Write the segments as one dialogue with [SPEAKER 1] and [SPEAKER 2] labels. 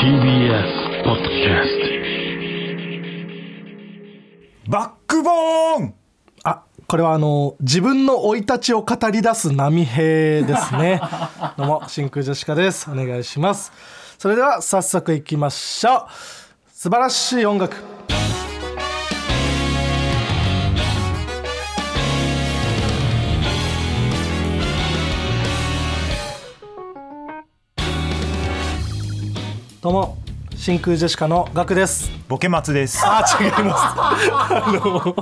[SPEAKER 1] TBS ポッドキャス
[SPEAKER 2] バックボーン
[SPEAKER 3] あこれはあの自分の生い立ちを語り出す波平ですねどうも真空ジェシカですお願いしますそれでは早速いきましょう素晴らしい音楽どうも真空ジェシカのガクです
[SPEAKER 2] ボケ松です
[SPEAKER 3] あ違います。あの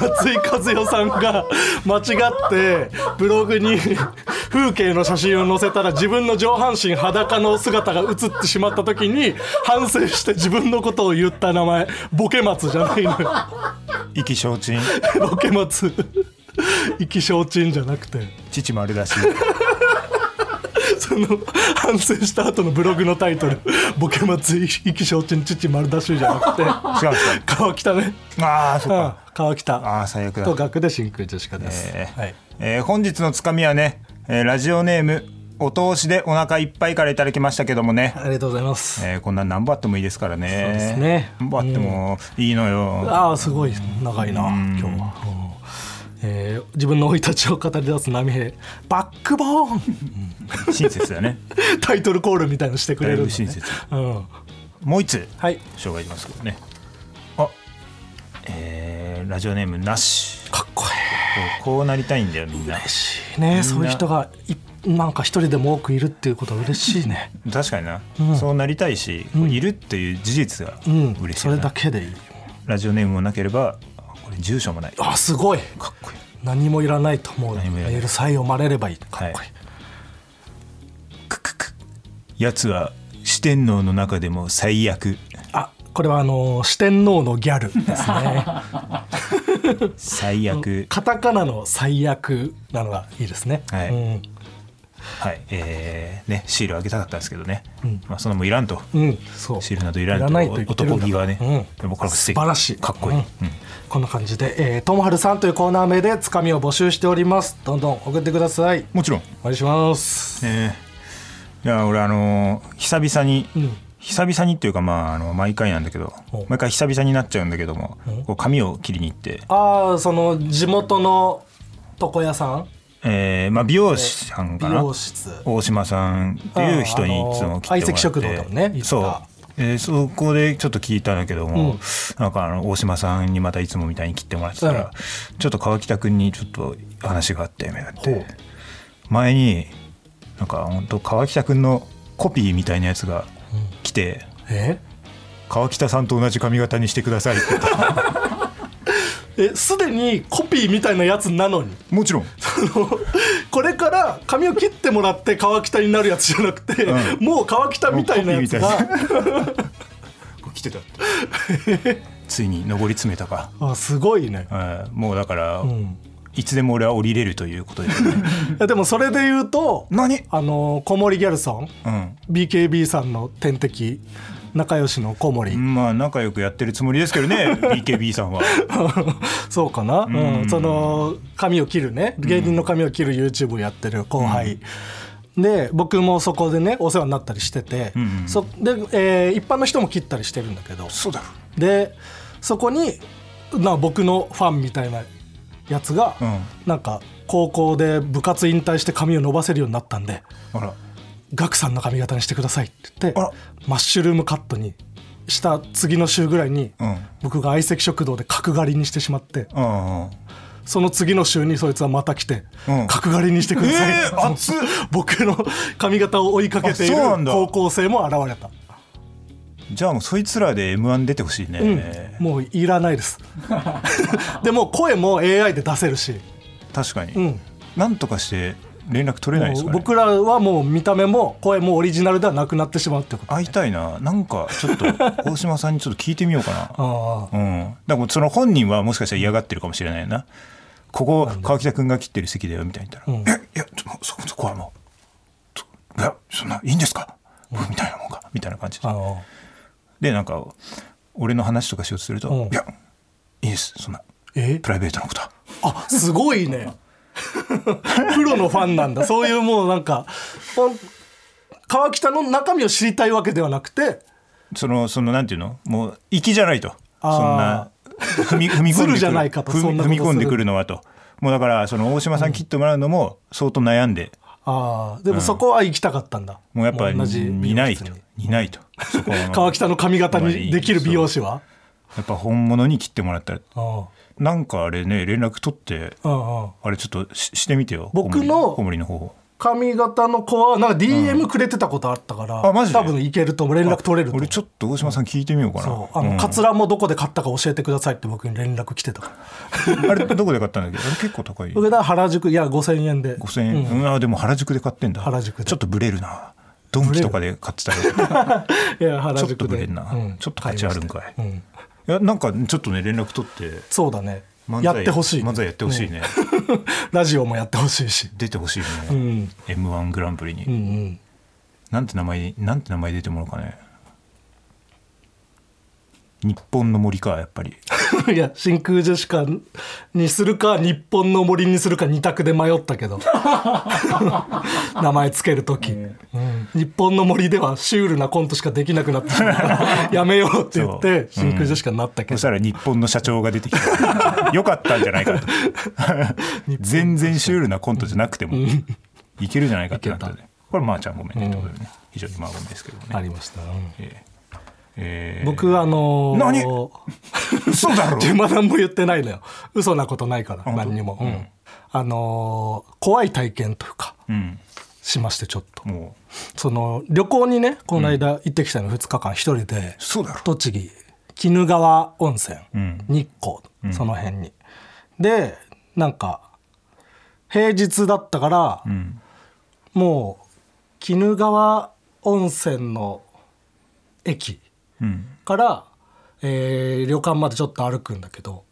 [SPEAKER 3] 松井和代さんが間違ってブログに風景の写真を載せたら自分の上半身裸の姿が写ってしまった時に反省して自分のことを言った名前ボケ松じゃないのよ
[SPEAKER 2] 意気消沈
[SPEAKER 3] ボケ松意気消沈じゃなくて
[SPEAKER 2] 父丸だし
[SPEAKER 3] その反省した後のブログのタイトル「ボケ松意気消沈父丸出し」じゃ なくて
[SPEAKER 2] 違うんですか
[SPEAKER 3] 川北ね
[SPEAKER 2] ああそっ
[SPEAKER 3] うん
[SPEAKER 2] か
[SPEAKER 3] 川北
[SPEAKER 2] ああ最悪
[SPEAKER 3] と
[SPEAKER 2] だ、
[SPEAKER 3] 学で真空ジェシカです、
[SPEAKER 2] えー
[SPEAKER 3] はい、
[SPEAKER 2] えー本日のつかみはね、えーラジオネームお通しでお腹いっぱいからいただきましたけどもね、
[SPEAKER 3] ありがとうございます、
[SPEAKER 2] えーこんなん何本あってもいいですからね
[SPEAKER 3] そうですね
[SPEAKER 2] 何本あってもいいのよ、
[SPEAKER 3] ああすごい長いな今日は、うんえー自分の生い立ちを語り出す波平バックボーン
[SPEAKER 2] 親切だね
[SPEAKER 3] タイトルコールみたいのしてくれるんだ、ね、
[SPEAKER 2] だいぶ親切
[SPEAKER 3] うん、
[SPEAKER 2] もう一つ
[SPEAKER 3] はい
[SPEAKER 2] 紹介しますけどねあえーラジオネームなし
[SPEAKER 3] かっこ
[SPEAKER 2] こうこうなりたいんだよみんない
[SPEAKER 3] いしねそういう人がいなんか一人でも多くいるっていうことは嬉しい ね
[SPEAKER 2] 確かにな、そうなりたいし、いるっていう事実が
[SPEAKER 3] うん
[SPEAKER 2] 嬉しい
[SPEAKER 3] そ
[SPEAKER 2] よ
[SPEAKER 3] れ
[SPEAKER 2] な、
[SPEAKER 3] だけでいい
[SPEAKER 2] ラジオネームもなければこれ住所もないかっ
[SPEAKER 3] ああすごい
[SPEAKER 2] こいい
[SPEAKER 3] 何もいらないと思うメ
[SPEAKER 2] 何もいらない
[SPEAKER 3] ールさえ読まれればいいかっこいい、
[SPEAKER 2] くくくやつは四天王の中でも最悪
[SPEAKER 3] あこれはあのー四天王のギャルですね
[SPEAKER 2] 最悪
[SPEAKER 3] カタカナの最悪なのがいいですね、
[SPEAKER 2] はい
[SPEAKER 3] うん
[SPEAKER 2] はいえーねシールあげたかったんですけどね、
[SPEAKER 3] ん
[SPEAKER 2] まあそんなもんいらんと、
[SPEAKER 3] うん、そう。
[SPEAKER 2] シールなどいらんと
[SPEAKER 3] ないと言ってるんだ
[SPEAKER 2] 男気がね、
[SPEAKER 3] うん
[SPEAKER 2] でもこれは素
[SPEAKER 3] 素
[SPEAKER 2] 敵
[SPEAKER 3] 晴らしい。
[SPEAKER 2] かっこいい、
[SPEAKER 3] うん
[SPEAKER 2] うん
[SPEAKER 3] こんな感じで、えー、ともはるさんというコーナー名でつかみを募集しております。どんどん送ってください。
[SPEAKER 2] もちろん
[SPEAKER 3] お願いします。
[SPEAKER 2] えーいや俺あのー久々に、
[SPEAKER 3] うん
[SPEAKER 2] 久々にっていうかまああの毎回なんだけど
[SPEAKER 3] お
[SPEAKER 2] 毎回久々になっちゃうんだけどもこう髪を切りに行って、
[SPEAKER 3] ああ、その地元の床屋さん、
[SPEAKER 2] えーまあ、美容師さんか
[SPEAKER 3] 美
[SPEAKER 2] な
[SPEAKER 3] 容室。
[SPEAKER 2] 大島さんっていう人にい
[SPEAKER 3] あー
[SPEAKER 2] つも来てもらって
[SPEAKER 3] 相席食堂だもんね行った
[SPEAKER 2] そう、えーそこでちょっと聞いたんだけども、
[SPEAKER 3] うん
[SPEAKER 2] なんかあの大島さんにまたいつもみたいに切ってもらってたら、ちょっと川北君にちょっと話があってみたいになっ
[SPEAKER 3] ほう
[SPEAKER 2] て前になんか本当川北君のコピーみたいなやつが来て、
[SPEAKER 3] え
[SPEAKER 2] 川北さんと同じ髪型にしてくださいって 言って
[SPEAKER 3] え、すでにコピーみたいなやつなのに。
[SPEAKER 2] もちろん
[SPEAKER 3] あのこれから髪を切ってもらって川北になるやつじゃなくて、
[SPEAKER 2] う
[SPEAKER 3] もう川北みたいなやつ
[SPEAKER 2] もうコピー
[SPEAKER 3] が
[SPEAKER 2] 来てたついに上り詰めたか、
[SPEAKER 3] あすごいね、
[SPEAKER 2] はいもうだから、
[SPEAKER 3] うん、
[SPEAKER 2] いつでも俺は降りれるということですね
[SPEAKER 3] いやでもそれで言うと
[SPEAKER 2] 何
[SPEAKER 3] あの小森ギャルソン
[SPEAKER 2] うん
[SPEAKER 3] BKB さんの天敵仲良しの小森、
[SPEAKER 2] まあ仲良くやってるつもりですけどね BKB さんは
[SPEAKER 3] そうかな、うん
[SPEAKER 2] うん
[SPEAKER 3] その髪を切るね芸人の髪を切る YouTube をやってる後輩、で僕もそこでねお世話になったりしてて、
[SPEAKER 2] うんうん
[SPEAKER 3] そで、えー一般の人も切ったりしてるんだけど
[SPEAKER 2] そうだ
[SPEAKER 3] でそこにな僕のファンみたいなやつが、
[SPEAKER 2] うん
[SPEAKER 3] なんか高校で部活引退して髪を伸ばせるようになったんで
[SPEAKER 2] あら
[SPEAKER 3] ガクさんの髪型にしてくださいって言って
[SPEAKER 2] あら
[SPEAKER 3] マッシュルームカットにした次の週ぐらいに、
[SPEAKER 2] うん
[SPEAKER 3] 僕が相席食堂で角刈りにしてしまって
[SPEAKER 2] うんうん
[SPEAKER 3] その次の週にそいつはまた来て、
[SPEAKER 2] うん
[SPEAKER 3] 角刈りにしてください、
[SPEAKER 2] えー熱っ
[SPEAKER 3] 僕の髪型を追いかけている
[SPEAKER 2] あそうなんだ
[SPEAKER 3] 高校生も現れた、
[SPEAKER 2] じゃあもうそいつらで m 1出てほしい
[SPEAKER 3] うん
[SPEAKER 2] ね、
[SPEAKER 3] もういらないです でもう声も AI で出せるし、
[SPEAKER 2] 確かに、
[SPEAKER 3] うん
[SPEAKER 2] なんとかして連絡取れないです
[SPEAKER 3] も
[SPEAKER 2] かね
[SPEAKER 3] う僕らはもう見た目も声もオリジナルではなくなってしまうってこと
[SPEAKER 2] 会いたいななんかちょ っと大島さんにちょっと聞いてみようかな
[SPEAKER 3] ああ
[SPEAKER 2] うん、だからもうその本人はもしかしたら嫌がってるかもしれないなここ川北君が切ってる席だよみたいな言ったら「えいやちょもうそこそこはもうそいやそんないいんですか?」みたいなもんかみたいな感じで
[SPEAKER 3] あの
[SPEAKER 2] でなんか俺の話とかしようとすると「
[SPEAKER 3] うん
[SPEAKER 2] いやいいですそんな
[SPEAKER 3] え
[SPEAKER 2] プライベートなことは
[SPEAKER 3] あすごいねプロのファンなんだそういうもうなんかほん川北の中身を知りたいわけではなくて
[SPEAKER 2] そのそのなんていうのもう粋じゃないとそ
[SPEAKER 3] あー
[SPEAKER 2] んな踏み踏み込ん
[SPEAKER 3] ず
[SPEAKER 2] で
[SPEAKER 3] る
[SPEAKER 2] く
[SPEAKER 3] じゃ
[SPEAKER 2] る
[SPEAKER 3] ないかとそ
[SPEAKER 2] 踏
[SPEAKER 3] ん
[SPEAKER 2] み
[SPEAKER 3] な
[SPEAKER 2] 踏
[SPEAKER 3] こと
[SPEAKER 2] み込んです
[SPEAKER 3] る
[SPEAKER 2] くるのはともうだからその大島さん切ってもらうのも相当悩んで、
[SPEAKER 3] ああでもそこは行きたかったんだ、
[SPEAKER 2] もうやっぱ
[SPEAKER 3] 同じ美
[SPEAKER 2] 似
[SPEAKER 3] 容
[SPEAKER 2] ない
[SPEAKER 3] 室
[SPEAKER 2] と
[SPEAKER 3] に
[SPEAKER 2] 似ないとそこはもう
[SPEAKER 3] 川北の髪型にできる美容師は
[SPEAKER 2] やっぱ本物に切ってもらったら
[SPEAKER 3] うん
[SPEAKER 2] なんかあれね連絡取って
[SPEAKER 3] うんうん
[SPEAKER 2] あれちょっとししてみてよ
[SPEAKER 3] 僕の
[SPEAKER 2] 小森の方法
[SPEAKER 3] 髪型の子はなんか DM くれてたことあったから、
[SPEAKER 2] あマジで
[SPEAKER 3] 多分いけると思う連絡取れると思う
[SPEAKER 2] 俺ちょっと大島さん聞いてみようかな
[SPEAKER 3] そうあの、
[SPEAKER 2] うん
[SPEAKER 3] カツラもどこで買ったか教えてくださいって僕に連絡来てたから
[SPEAKER 2] あれどこで買ったんだっけど結構高い
[SPEAKER 3] 僕だ原宿いや5000円で
[SPEAKER 2] 5000円、うん、あでも原宿で買ってんだ
[SPEAKER 3] 原宿で
[SPEAKER 2] ちょっとブレるなドンキとかで買ってたら
[SPEAKER 3] いや原
[SPEAKER 2] ちょ
[SPEAKER 3] 宿
[SPEAKER 2] っ
[SPEAKER 3] で
[SPEAKER 2] とブレんな、
[SPEAKER 3] うん
[SPEAKER 2] ちょっと価値あるんかい、
[SPEAKER 3] う
[SPEAKER 2] い
[SPEAKER 3] ん
[SPEAKER 2] やなんかちょっとね連絡取って
[SPEAKER 3] そうだね
[SPEAKER 2] 漫才
[SPEAKER 3] やってほしい
[SPEAKER 2] 漫才やってほしいね、
[SPEAKER 3] うん ラジオもやってほしいし
[SPEAKER 2] 出てほしいね、
[SPEAKER 3] ん
[SPEAKER 2] m 1グランプリに、
[SPEAKER 3] うんうん
[SPEAKER 2] なんて名前なんて名前出てもらおうかね日本の森かやっぱり
[SPEAKER 3] いや真空ジェシカにするか日本の森にするか二択で迷っ たけど名前つける時、うん日本の森ではシュールなコントしかできなくなってしまっ たやめようって言って
[SPEAKER 2] そううん
[SPEAKER 3] 真空ジェシカになったけ
[SPEAKER 2] そ
[SPEAKER 3] ど
[SPEAKER 2] し、たら日本の社長が出てき たよかったんじゃないかと全然シュールなコントじゃなくてもいけるじゃないかってなった
[SPEAKER 3] いけ
[SPEAKER 2] ねこれまあちゃんごめんねってことでね非常にまあごめんですけどね
[SPEAKER 3] ありました、うん
[SPEAKER 2] えーえー
[SPEAKER 3] 僕あのー、
[SPEAKER 2] 何嘘だろ
[SPEAKER 3] で まだ何も言ってないのよ嘘なことないから
[SPEAKER 2] 本当
[SPEAKER 3] 何にも、うんあのー怖い体験というか
[SPEAKER 2] うん
[SPEAKER 3] しましてちょっと
[SPEAKER 2] も
[SPEAKER 3] その旅行にねこの間行ってきたの2日間一人で、
[SPEAKER 2] うそうだろ
[SPEAKER 3] 栃木鬼怒川温泉、
[SPEAKER 2] うん
[SPEAKER 3] 日光その辺に、でなんか平日だったから、
[SPEAKER 2] うん
[SPEAKER 3] もう鬼怒川温泉の駅
[SPEAKER 2] うん
[SPEAKER 3] から、えー旅館までちょっと歩くんだけど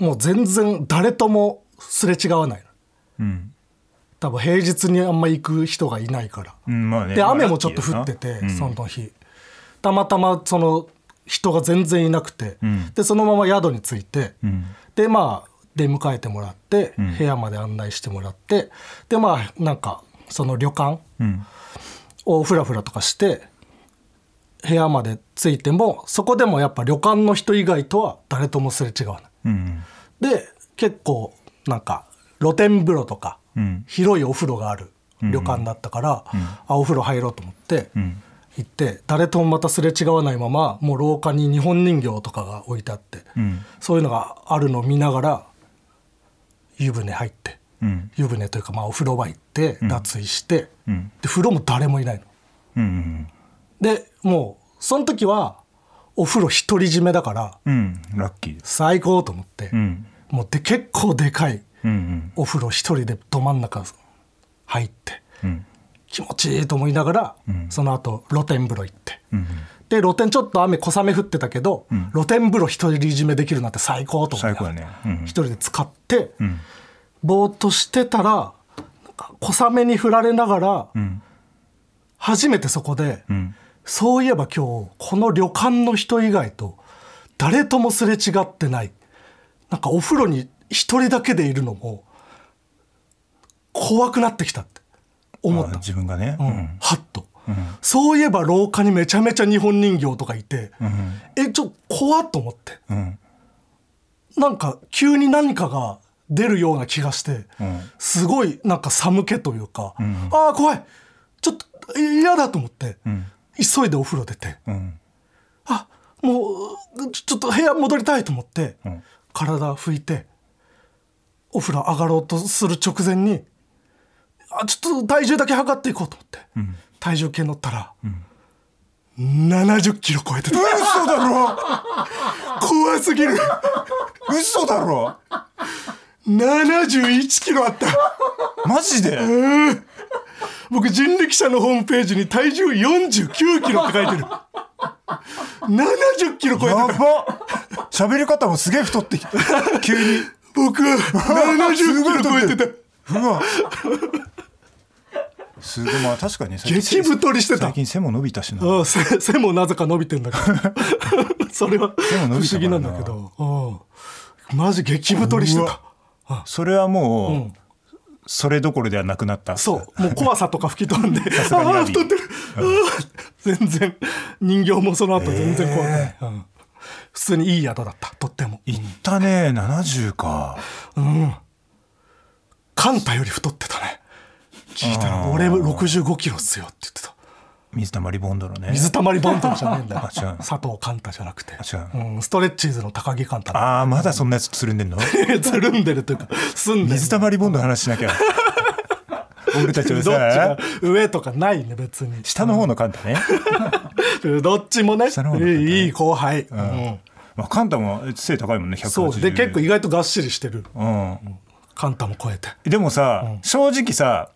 [SPEAKER 3] もう全然誰ともすれ違わないの
[SPEAKER 2] うん
[SPEAKER 3] 多分平日にあんま行く人がいないから、
[SPEAKER 2] うんまあね
[SPEAKER 3] で
[SPEAKER 2] まあ
[SPEAKER 3] 雨もちょっと降ってて、
[SPEAKER 2] ラッキーだ
[SPEAKER 3] そ
[SPEAKER 2] な
[SPEAKER 3] の日たまたまその人が全然いなくて、
[SPEAKER 2] うん
[SPEAKER 3] でそのまま宿に着いて、
[SPEAKER 2] うんうん
[SPEAKER 3] でまあ出迎えてもらって、
[SPEAKER 2] ん
[SPEAKER 3] 部屋まで案内してもらってでまあなんかその旅館
[SPEAKER 2] うん
[SPEAKER 3] をふらふらとかして部屋まで着いてもそこでもやっぱ旅館の人以外とは誰ともすれ違わない。
[SPEAKER 2] うん
[SPEAKER 3] で結構なんか露天風呂とか、
[SPEAKER 2] うん
[SPEAKER 3] 広いお風呂がある旅館だったから、あお風呂入ろうと思って
[SPEAKER 2] うん
[SPEAKER 3] 行って誰ともまたすれ違わないままもう廊下に日本人形とかが置いてあって、
[SPEAKER 2] うん
[SPEAKER 3] そういうのがあるのを見ながら湯船入って
[SPEAKER 2] うん
[SPEAKER 3] 湯船というかまあお風呂場行って脱衣して、
[SPEAKER 2] うん
[SPEAKER 3] で風呂も誰もいないの。
[SPEAKER 2] うん
[SPEAKER 3] でもうその時はお風呂独り占めだから
[SPEAKER 2] うんラッキーです
[SPEAKER 3] 最高と思って、
[SPEAKER 2] うん
[SPEAKER 3] もうで結構でかい
[SPEAKER 2] うんうん
[SPEAKER 3] お風呂一人でど真ん中入って
[SPEAKER 2] うん
[SPEAKER 3] 気持ちいいと思いながら、
[SPEAKER 2] うん
[SPEAKER 3] その後露天風呂行って
[SPEAKER 2] うん
[SPEAKER 3] で露天ちょっと雨小雨降ってたけど、
[SPEAKER 2] ん
[SPEAKER 3] 露天風呂独り占めできるなんて最高と思っ
[SPEAKER 2] 最
[SPEAKER 3] て
[SPEAKER 2] 高だねうん
[SPEAKER 3] 一人で使って、
[SPEAKER 2] うん
[SPEAKER 3] ぼーっとしてたらなんか小雨に降られながら、
[SPEAKER 2] うん
[SPEAKER 3] 初めてそこで、
[SPEAKER 2] うん
[SPEAKER 3] そういえば今日この旅館の人以外と誰ともすれ違ってないなんかお風呂に一人だけでいるのも怖くなってきたって思っ
[SPEAKER 2] あ
[SPEAKER 3] た、
[SPEAKER 2] 自分がね
[SPEAKER 3] うんはっと、そういえば廊下にめちゃめちゃ日本人形とかいて、えちょっと怖っと思って
[SPEAKER 2] うんうん
[SPEAKER 3] なんか急に何かが出るような気がして、
[SPEAKER 2] ん
[SPEAKER 3] すごいなんか寒気というか、ああ怖いちょっと嫌だと思って、
[SPEAKER 2] ん
[SPEAKER 3] 急いでお風呂出て
[SPEAKER 2] うん
[SPEAKER 3] あもうちょちょっと部屋戻りたいと思って、
[SPEAKER 2] うん
[SPEAKER 3] 体拭いてお風呂上がろうとする直前にあちょっと体重だけ測っていこうと思って、体重計乗ったら、70キロ超えてた
[SPEAKER 2] 嘘だろ
[SPEAKER 3] 怖すぎる
[SPEAKER 2] 嘘だろ
[SPEAKER 3] 71キロあった
[SPEAKER 2] マジで
[SPEAKER 3] 僕人力車のホームページに体重49キロって書いてる70キロ超え
[SPEAKER 2] や
[SPEAKER 3] てた
[SPEAKER 2] ば喋り方もすげえ太ってきた急 に
[SPEAKER 3] 僕70キロ超えてた
[SPEAKER 2] うわすごいまあ確かに最
[SPEAKER 3] 激太りしてた
[SPEAKER 2] 最近背も伸びたしな
[SPEAKER 3] うん、背 背もなぜか伸びてんだけど それは
[SPEAKER 2] も伸
[SPEAKER 3] 不思
[SPEAKER 2] びたか
[SPEAKER 3] 議
[SPEAKER 2] ら
[SPEAKER 3] な
[SPEAKER 2] なん
[SPEAKER 3] だけどうんマジ激太りして
[SPEAKER 2] う
[SPEAKER 3] た
[SPEAKER 2] わそれはもう、それどころではなくなった
[SPEAKER 3] そうもう怖さとか吹き飛んで
[SPEAKER 2] すがに
[SPEAKER 3] あ
[SPEAKER 2] ラ
[SPEAKER 3] あ
[SPEAKER 2] ビー
[SPEAKER 3] 太ってる、ああ全然人形もその後全然怖くない、うん普通にいい宿だったとっても
[SPEAKER 2] いったね70か
[SPEAKER 3] カンタより太ってたね聞いたら俺65キロっすよって言ってた
[SPEAKER 2] 水溜りボンドのね
[SPEAKER 3] 水溜りボンドじゃねえんだよ
[SPEAKER 2] あ違う
[SPEAKER 3] 佐藤カンタじゃなくて
[SPEAKER 2] あ違う
[SPEAKER 3] うんストレッチーズの高木カンタだ
[SPEAKER 2] ああまだそんなやつつるんでんの
[SPEAKER 3] つるんでるというかすんでる
[SPEAKER 2] 水溜りボンドの話しな きゃ俺たち
[SPEAKER 3] ど
[SPEAKER 2] は
[SPEAKER 3] っち
[SPEAKER 2] さ
[SPEAKER 3] が上とかないね別に
[SPEAKER 2] 下の方のカンタね、
[SPEAKER 3] どっちもね
[SPEAKER 2] 下の方だったね
[SPEAKER 3] いいいい後輩、う
[SPEAKER 2] うん
[SPEAKER 3] ん
[SPEAKER 2] まあ、カンタも背高いもんね180
[SPEAKER 3] そうで結構意外とがっしりしてる
[SPEAKER 2] うん、
[SPEAKER 3] カンタも超えて
[SPEAKER 2] でもさ、正直さ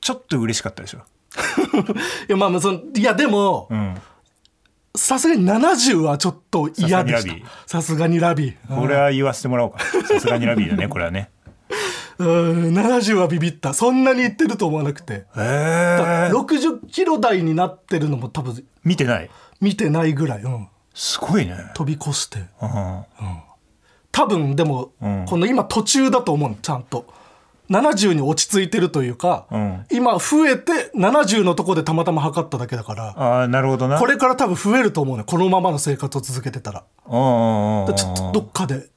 [SPEAKER 2] ちょっと嬉しかったでしょ、
[SPEAKER 3] いやまあまあそのいやでも
[SPEAKER 2] うん、
[SPEAKER 3] さすがに70はちょっと嫌でし
[SPEAKER 2] さすがにラビ
[SPEAKER 3] たさすがにラビー
[SPEAKER 2] これは言わせてもらおう かさすがにラビーだねこれはね
[SPEAKER 3] うん70はビビったそんなにいってると思わなくて
[SPEAKER 2] ええ
[SPEAKER 3] 60キロ台になってるのも多分
[SPEAKER 2] 見てない
[SPEAKER 3] 見てないぐらい、うん
[SPEAKER 2] すごいね、
[SPEAKER 3] 飛び越して
[SPEAKER 2] うん、
[SPEAKER 3] 多分でも、
[SPEAKER 2] うん
[SPEAKER 3] この今途中だと思うのちゃんと70に落ち着いてるというか、
[SPEAKER 2] うん
[SPEAKER 3] 今増えて70のとこでたまたま測っただけだから
[SPEAKER 2] ああなるほどな
[SPEAKER 3] これから多分増えると思うねこのままの生活を続けてたら
[SPEAKER 2] うんうんうんうん
[SPEAKER 3] ちょっとどっかで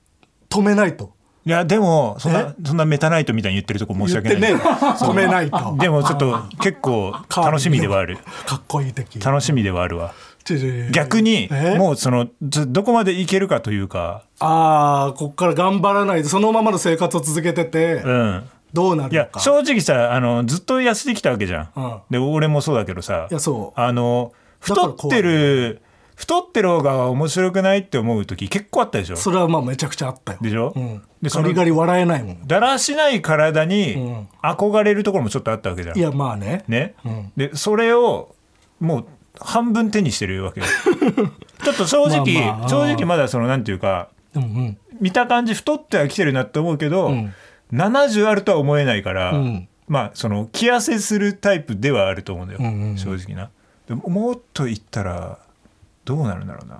[SPEAKER 3] 止めないと
[SPEAKER 2] いやでもそんなそんなメタナイトみたいに言ってるとこ申し
[SPEAKER 3] 言っ
[SPEAKER 2] 訳
[SPEAKER 3] て
[SPEAKER 2] な
[SPEAKER 3] ね
[SPEAKER 2] い、
[SPEAKER 3] 止めないと
[SPEAKER 2] でもちょっと結構楽しみではある
[SPEAKER 3] かっこいい的
[SPEAKER 2] 楽しみではあるわ
[SPEAKER 3] ちょちょちょ
[SPEAKER 2] 逆に
[SPEAKER 3] え
[SPEAKER 2] もうそのずどこまでいけるかというか
[SPEAKER 3] ああこっから頑張らないでそのままの生活を続けてて、
[SPEAKER 2] うん
[SPEAKER 3] どうないるの
[SPEAKER 2] や
[SPEAKER 3] か
[SPEAKER 2] 正直さあのずっと痩せてきたわけじゃん、
[SPEAKER 3] うん
[SPEAKER 2] で俺もそうだけどさ
[SPEAKER 3] いやそう
[SPEAKER 2] あの
[SPEAKER 3] だから
[SPEAKER 2] 太っ
[SPEAKER 3] 怖い
[SPEAKER 2] てる太ってる方が面白くないって思う時結構あったでしょ
[SPEAKER 3] それはまあめちゃくちゃあったよ
[SPEAKER 2] でしょ
[SPEAKER 3] うん、
[SPEAKER 2] でそ
[SPEAKER 3] ガ
[SPEAKER 2] の
[SPEAKER 3] リガリ笑えないもん
[SPEAKER 2] だらしない体
[SPEAKER 3] うん
[SPEAKER 2] に憧れるところもちょっとあったわけじゃん
[SPEAKER 3] いやまあね
[SPEAKER 2] ね、
[SPEAKER 3] ん
[SPEAKER 2] でそれをもう半分手にしてるわ けよちょっと正直、
[SPEAKER 3] まあまあ
[SPEAKER 2] 正直まだそのなんていうか
[SPEAKER 3] うんうん
[SPEAKER 2] 見た感じ太ってはきてるなって思うけど、
[SPEAKER 3] ん
[SPEAKER 2] 70あるとは思えないから、
[SPEAKER 3] ん
[SPEAKER 2] まあその気痩せするタイプではあると思うんだよ、
[SPEAKER 3] んうんうん
[SPEAKER 2] 正直なでももっといったらどうなるんだろうな、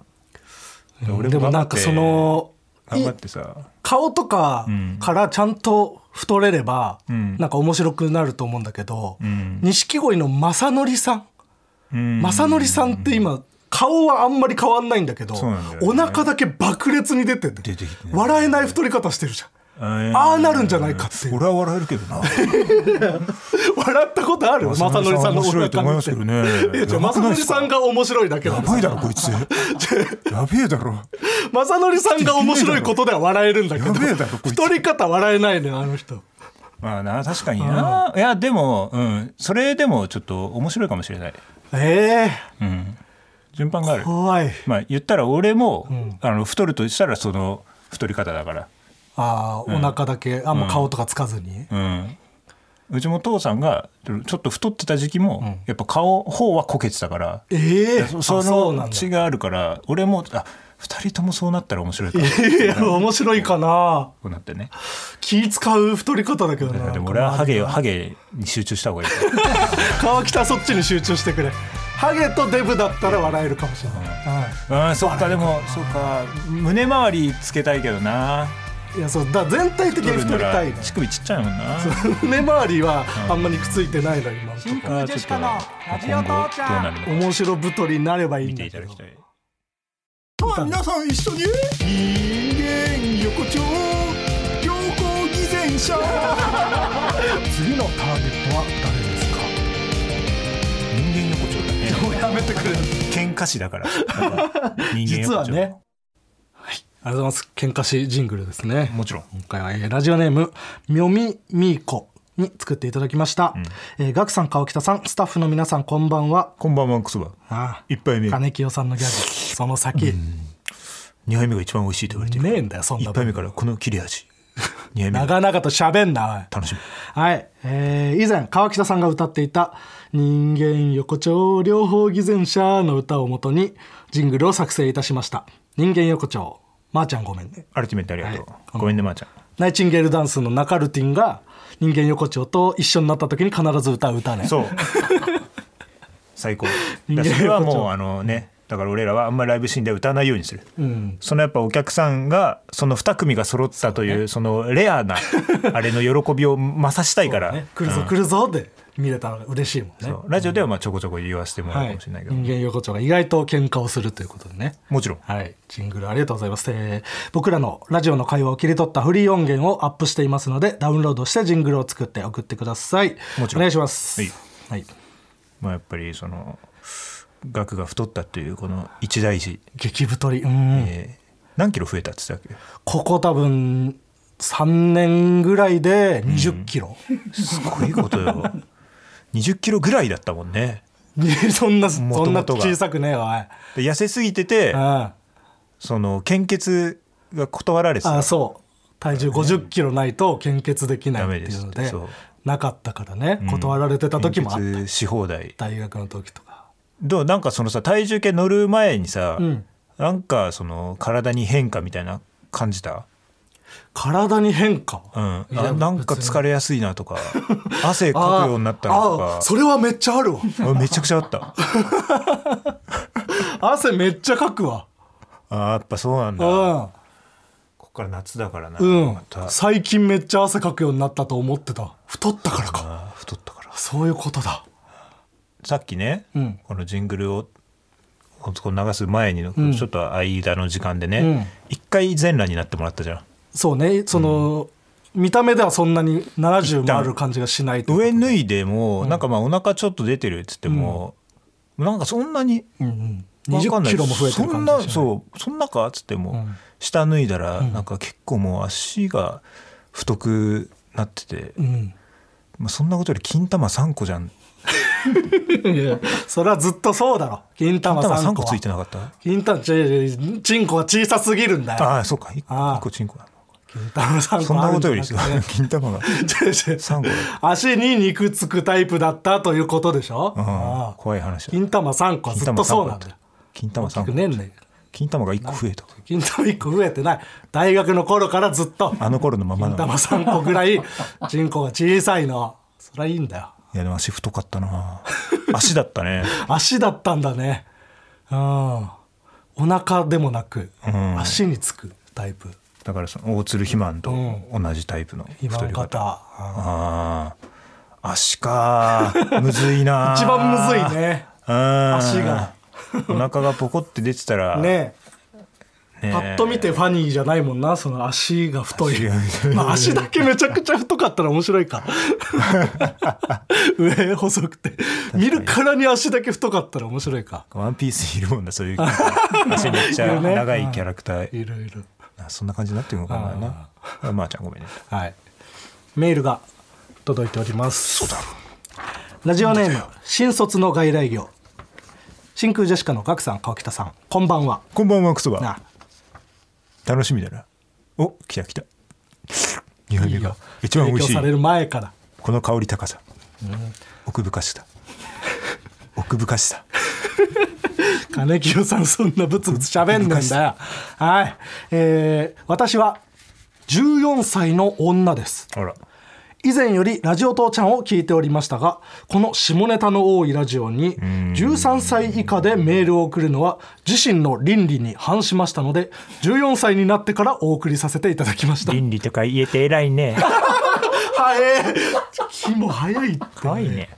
[SPEAKER 2] で
[SPEAKER 3] でもなんかその
[SPEAKER 2] 頑張ってさ
[SPEAKER 3] 顔とか
[SPEAKER 2] うん
[SPEAKER 3] からちゃんと太れれば、
[SPEAKER 2] うん
[SPEAKER 3] なんか面白くなると思うんだけど
[SPEAKER 2] ん
[SPEAKER 3] 錦鯉、の正則さん
[SPEAKER 2] うん
[SPEAKER 3] 正則さんって今顔はあんまり変わんないんだけど
[SPEAKER 2] そうなんだよね
[SPEAKER 3] お腹だけ爆裂に出てて
[SPEAKER 2] 出てきてね
[SPEAKER 3] 笑えない太り方してるじゃんああなるんじゃないかっていう
[SPEAKER 2] 俺は笑えるけどな
[SPEAKER 3] 笑ったことある正則さんの
[SPEAKER 2] 面
[SPEAKER 3] お
[SPEAKER 2] 白いと思いま
[SPEAKER 3] 腹見
[SPEAKER 2] す
[SPEAKER 3] て
[SPEAKER 2] けどね
[SPEAKER 3] いやじゃあ正則さんが面白いだけな
[SPEAKER 2] や
[SPEAKER 3] んです
[SPEAKER 2] ばい だろこいつやべえだろ
[SPEAKER 3] 正則さんが面白いことでは笑えるんだけど
[SPEAKER 2] やべえだろこいつ
[SPEAKER 3] 太り方笑えないねあの人
[SPEAKER 2] まあな確かにないやでもうんそれでもちょっと面白いかもしれない
[SPEAKER 3] え
[SPEAKER 2] う
[SPEAKER 3] え
[SPEAKER 2] ん順番がある
[SPEAKER 3] 怖い
[SPEAKER 2] まあ言ったら俺も、あの太るとしたらその太り方だから
[SPEAKER 3] ああ、お腹だけあんま顔とかつかずに、
[SPEAKER 2] うんうちも父さんがちょっと太ってた時期も、やっぱ顔方はこけてたから
[SPEAKER 3] ええ
[SPEAKER 2] そ
[SPEAKER 3] あ
[SPEAKER 2] そ
[SPEAKER 3] そうな
[SPEAKER 2] の
[SPEAKER 3] んだ
[SPEAKER 2] 血があるから俺もあ二人ともそうなったら面 白いかなこ
[SPEAKER 3] いや面白いかな
[SPEAKER 2] うなってね
[SPEAKER 3] 気使う太り方だけどな
[SPEAKER 2] でも俺はハゲハゲに集中した方がいいから
[SPEAKER 3] 川北そっちに集中してくれハゲとデブだったら笑えるかもしれない、は、
[SPEAKER 2] うん、そっかでもそうか胸周りつけたいけどない
[SPEAKER 3] いやそうだ全体的に
[SPEAKER 2] 取る
[SPEAKER 3] 太
[SPEAKER 2] な
[SPEAKER 3] りた
[SPEAKER 2] ら
[SPEAKER 3] いね
[SPEAKER 2] 乳首ちっちゃいもんな
[SPEAKER 3] 胸周りはあんまりくっついてないの今のとこ
[SPEAKER 4] 真空ジェシカのラジオ
[SPEAKER 2] 今後ど
[SPEAKER 4] 父ちゃ
[SPEAKER 2] うんなるのか
[SPEAKER 3] 面白太りになればいいん
[SPEAKER 2] 見て
[SPEAKER 3] だ
[SPEAKER 2] いた
[SPEAKER 3] け
[SPEAKER 2] だ
[SPEAKER 3] ど
[SPEAKER 2] きたい
[SPEAKER 4] とは皆さん一緒に人間横丁強行偽善者
[SPEAKER 3] 次のターゲットは誰ですか
[SPEAKER 2] 人間横丁だね
[SPEAKER 3] もうやめてくれ
[SPEAKER 2] 喧嘩師だから なんか人間
[SPEAKER 3] 実
[SPEAKER 2] 横
[SPEAKER 3] は
[SPEAKER 2] 丁
[SPEAKER 3] ねありがとうございます喧嘩しジングルですね
[SPEAKER 2] もちろん
[SPEAKER 3] 今回は、えーラジオネームみょみみーこに作っていただきました、えーガクさん川北さんスタッフの皆さんこんばんは
[SPEAKER 2] こんばんはクソバ
[SPEAKER 3] ああ
[SPEAKER 2] 一杯目
[SPEAKER 3] 金清さんのギャグその先
[SPEAKER 2] 二杯目が一番美味しいと言われてる
[SPEAKER 3] ねえんだよそんな
[SPEAKER 2] 一杯目からこの切れ 味二杯目が
[SPEAKER 3] 長々と喋んなおい
[SPEAKER 2] 楽しみ
[SPEAKER 3] はい、えー以前川北さんが歌っていた「人間横丁両方偽善者」の歌をもとにジングルを作成いたしました人間横丁まー、ちゃんごめんね
[SPEAKER 2] アルティメットありがとう
[SPEAKER 3] はい
[SPEAKER 2] ごめんねまーちゃん
[SPEAKER 3] ナイチンゲールダンスのナカルティンが人間横丁と一緒になった時に 必ず歌う歌ね
[SPEAKER 2] そう最高だか
[SPEAKER 3] 人間
[SPEAKER 2] らそれはもう
[SPEAKER 3] 横丁
[SPEAKER 2] あのねだから俺らはあんまりライブシーンでは歌わないようにする、
[SPEAKER 3] うん
[SPEAKER 2] そのやっぱお客さんがその2組が揃ったというそのレ アなあれの喜びを増さしたいから、
[SPEAKER 3] ね来るぞ来るぞで見れたのが嬉しいもんね
[SPEAKER 2] そうラジオではまあちょこちょこ言わせてもらう
[SPEAKER 3] は
[SPEAKER 2] か
[SPEAKER 3] い
[SPEAKER 2] もしれないけど、
[SPEAKER 3] 人間横丁が意外と喧嘩をするということでね
[SPEAKER 2] もちろん
[SPEAKER 3] はい。ジングルありがとうございます。えー僕らのラジオの会話を切り取ったフリー音源をアップしていますので、ダウンロードしてジングルを作って送ってください。
[SPEAKER 2] もちろん
[SPEAKER 3] お願いします。
[SPEAKER 2] はい。まあ、やっぱりその額が太ったというこの一大事、
[SPEAKER 3] 激太り。うん。
[SPEAKER 2] えー何キロ増えたって言ってたっ
[SPEAKER 3] ここ多分、3年ぐらいで20キロ。
[SPEAKER 2] けすごいことよ20キロぐらいだったもんね
[SPEAKER 3] そんな、そ
[SPEAKER 2] 元
[SPEAKER 3] ん
[SPEAKER 2] 々
[SPEAKER 3] な
[SPEAKER 2] が
[SPEAKER 3] 小さくねえわ。
[SPEAKER 2] で痩せすぎてて
[SPEAKER 3] あ
[SPEAKER 2] その献血が断られて
[SPEAKER 3] あ、
[SPEAKER 2] た
[SPEAKER 3] そう。体重50キロないと献血できないっていうの
[SPEAKER 2] ダメで
[SPEAKER 3] で、
[SPEAKER 2] すそう
[SPEAKER 3] なかったからね、断られてた時もあった。
[SPEAKER 2] 献血し放題
[SPEAKER 3] 大学の時とか。
[SPEAKER 2] どうなんかそのさ体重計乗る前にさ、
[SPEAKER 3] うん
[SPEAKER 2] なんかその体に変化みたいな感じた
[SPEAKER 3] 体に変化
[SPEAKER 2] うん、あ
[SPEAKER 3] いや
[SPEAKER 2] なんか疲れやすいなとか汗かくようになったなと
[SPEAKER 3] あ
[SPEAKER 2] か
[SPEAKER 3] あそれはめっちゃあるわ
[SPEAKER 2] あめちゃくちゃあった
[SPEAKER 3] 汗めっちゃかくわ
[SPEAKER 2] あーやっぱそうなんだこ
[SPEAKER 3] う
[SPEAKER 2] こから夏だからな、
[SPEAKER 3] ん、う
[SPEAKER 2] ま
[SPEAKER 3] ん
[SPEAKER 2] た、
[SPEAKER 3] 最近めっちゃ汗かくようになったと思ってた太ったからか
[SPEAKER 2] あー太ったから
[SPEAKER 3] そういうことだ
[SPEAKER 2] さっきね、
[SPEAKER 3] うん
[SPEAKER 2] このジングルをこう流す前にの
[SPEAKER 3] ん
[SPEAKER 2] ちょっと間の時間で
[SPEAKER 3] うん
[SPEAKER 2] ね一、回全裸になってもらったじゃ
[SPEAKER 3] そうねその、見た目ではそんなに70
[SPEAKER 2] 旦
[SPEAKER 3] もある感じがしない
[SPEAKER 2] ん上脱
[SPEAKER 3] い、
[SPEAKER 2] いでも、なんかまあお腹ちょっと出てるっつっても、なんかそんなに
[SPEAKER 3] うんうん、
[SPEAKER 2] わかん
[SPEAKER 3] 20
[SPEAKER 2] ない
[SPEAKER 3] キロも増えてる感じ
[SPEAKER 2] そんなそうそんなかっつっても、
[SPEAKER 3] うん
[SPEAKER 2] 下脱いだらなんか結構もう足が太くなってて、
[SPEAKER 3] うん、
[SPEAKER 2] まあ、そんなことより金玉3個じゃん
[SPEAKER 3] いやそれはずっとそうだろ金
[SPEAKER 2] 金
[SPEAKER 3] 玉
[SPEAKER 2] 玉
[SPEAKER 3] 3
[SPEAKER 2] 3
[SPEAKER 3] 個
[SPEAKER 2] 個
[SPEAKER 3] は
[SPEAKER 2] ついてなかった
[SPEAKER 3] 金玉ちょチンコは小さすぎるんだよ
[SPEAKER 2] ああそうか 1,
[SPEAKER 3] ああ
[SPEAKER 2] 個チンコな
[SPEAKER 3] 金玉3個あ
[SPEAKER 2] の
[SPEAKER 3] る
[SPEAKER 2] そんなことより
[SPEAKER 3] じゃなくて
[SPEAKER 2] 金玉が
[SPEAKER 3] 違う違う
[SPEAKER 2] 3個だ
[SPEAKER 3] 足に肉つくタイプだったということでしょ、
[SPEAKER 2] うん
[SPEAKER 3] ああ
[SPEAKER 2] 怖い話だ
[SPEAKER 3] 金玉3個はずっとそうなんだよ
[SPEAKER 2] 金玉3
[SPEAKER 3] 大きく
[SPEAKER 2] 個
[SPEAKER 3] ねえんだよ
[SPEAKER 2] 金玉が1個増えた
[SPEAKER 3] 金玉1個増えてない大学の頃からずっと
[SPEAKER 2] あの頃のまま
[SPEAKER 3] 金
[SPEAKER 2] なの
[SPEAKER 3] 玉3個ぐらい人口が小さいのそりゃいいんだよ
[SPEAKER 2] いやでも足太かったな 足だったね
[SPEAKER 3] 足だったんだねうんお腹でもなく、
[SPEAKER 2] ん
[SPEAKER 3] 足につくタイプ
[SPEAKER 2] だからその大鶴肥満と同じタイプの
[SPEAKER 3] 今
[SPEAKER 2] 太り方
[SPEAKER 3] 方うん
[SPEAKER 2] ああ足かむずいな
[SPEAKER 3] 一番むず いね
[SPEAKER 2] うん
[SPEAKER 3] 足が
[SPEAKER 2] お腹がポコって出てたら
[SPEAKER 3] ね
[SPEAKER 2] ね
[SPEAKER 3] パッと見てファニーじゃないもんなその足が太い
[SPEAKER 2] 足が太い
[SPEAKER 3] まあ、足だけめちゃくちゃ太かったら面白 いか上細くて見るからに足だけ太かったら面白いか
[SPEAKER 2] ワンピースいるもんな そういう足めっち
[SPEAKER 3] い
[SPEAKER 2] ゃ
[SPEAKER 3] るね
[SPEAKER 2] 長いキャラクター
[SPEAKER 3] いろいろ
[SPEAKER 2] なそんな感じになってるのかななあまあちゃんごめんね
[SPEAKER 3] はいメールが届いておりますラジオネーム新卒の外来魚真空ジェシカのガクさん川北さんこんばんは
[SPEAKER 2] こんばんはクソが
[SPEAKER 3] な
[SPEAKER 2] 楽しみだなお来た来た2杯目
[SPEAKER 3] いい
[SPEAKER 2] が
[SPEAKER 3] よ
[SPEAKER 2] 一番美味し
[SPEAKER 3] 提
[SPEAKER 2] い
[SPEAKER 3] 供される前から
[SPEAKER 2] この香り高さ奥深しさ 奥深しさ
[SPEAKER 3] 金清さんそんなブツブツ喋んねんだよ。はい。えー私は14歳の女です。
[SPEAKER 2] あら
[SPEAKER 3] 以前よりラジオ父ちゃんを聞いておりましたが、この下ネタの多いラジオに13歳以下でメールを送るのは自身の倫理に反しましたので、14歳になってからお送りさせていただきました。
[SPEAKER 2] 倫理とか言えて偉い ね
[SPEAKER 3] 早い 気も早いって。
[SPEAKER 2] 可愛いね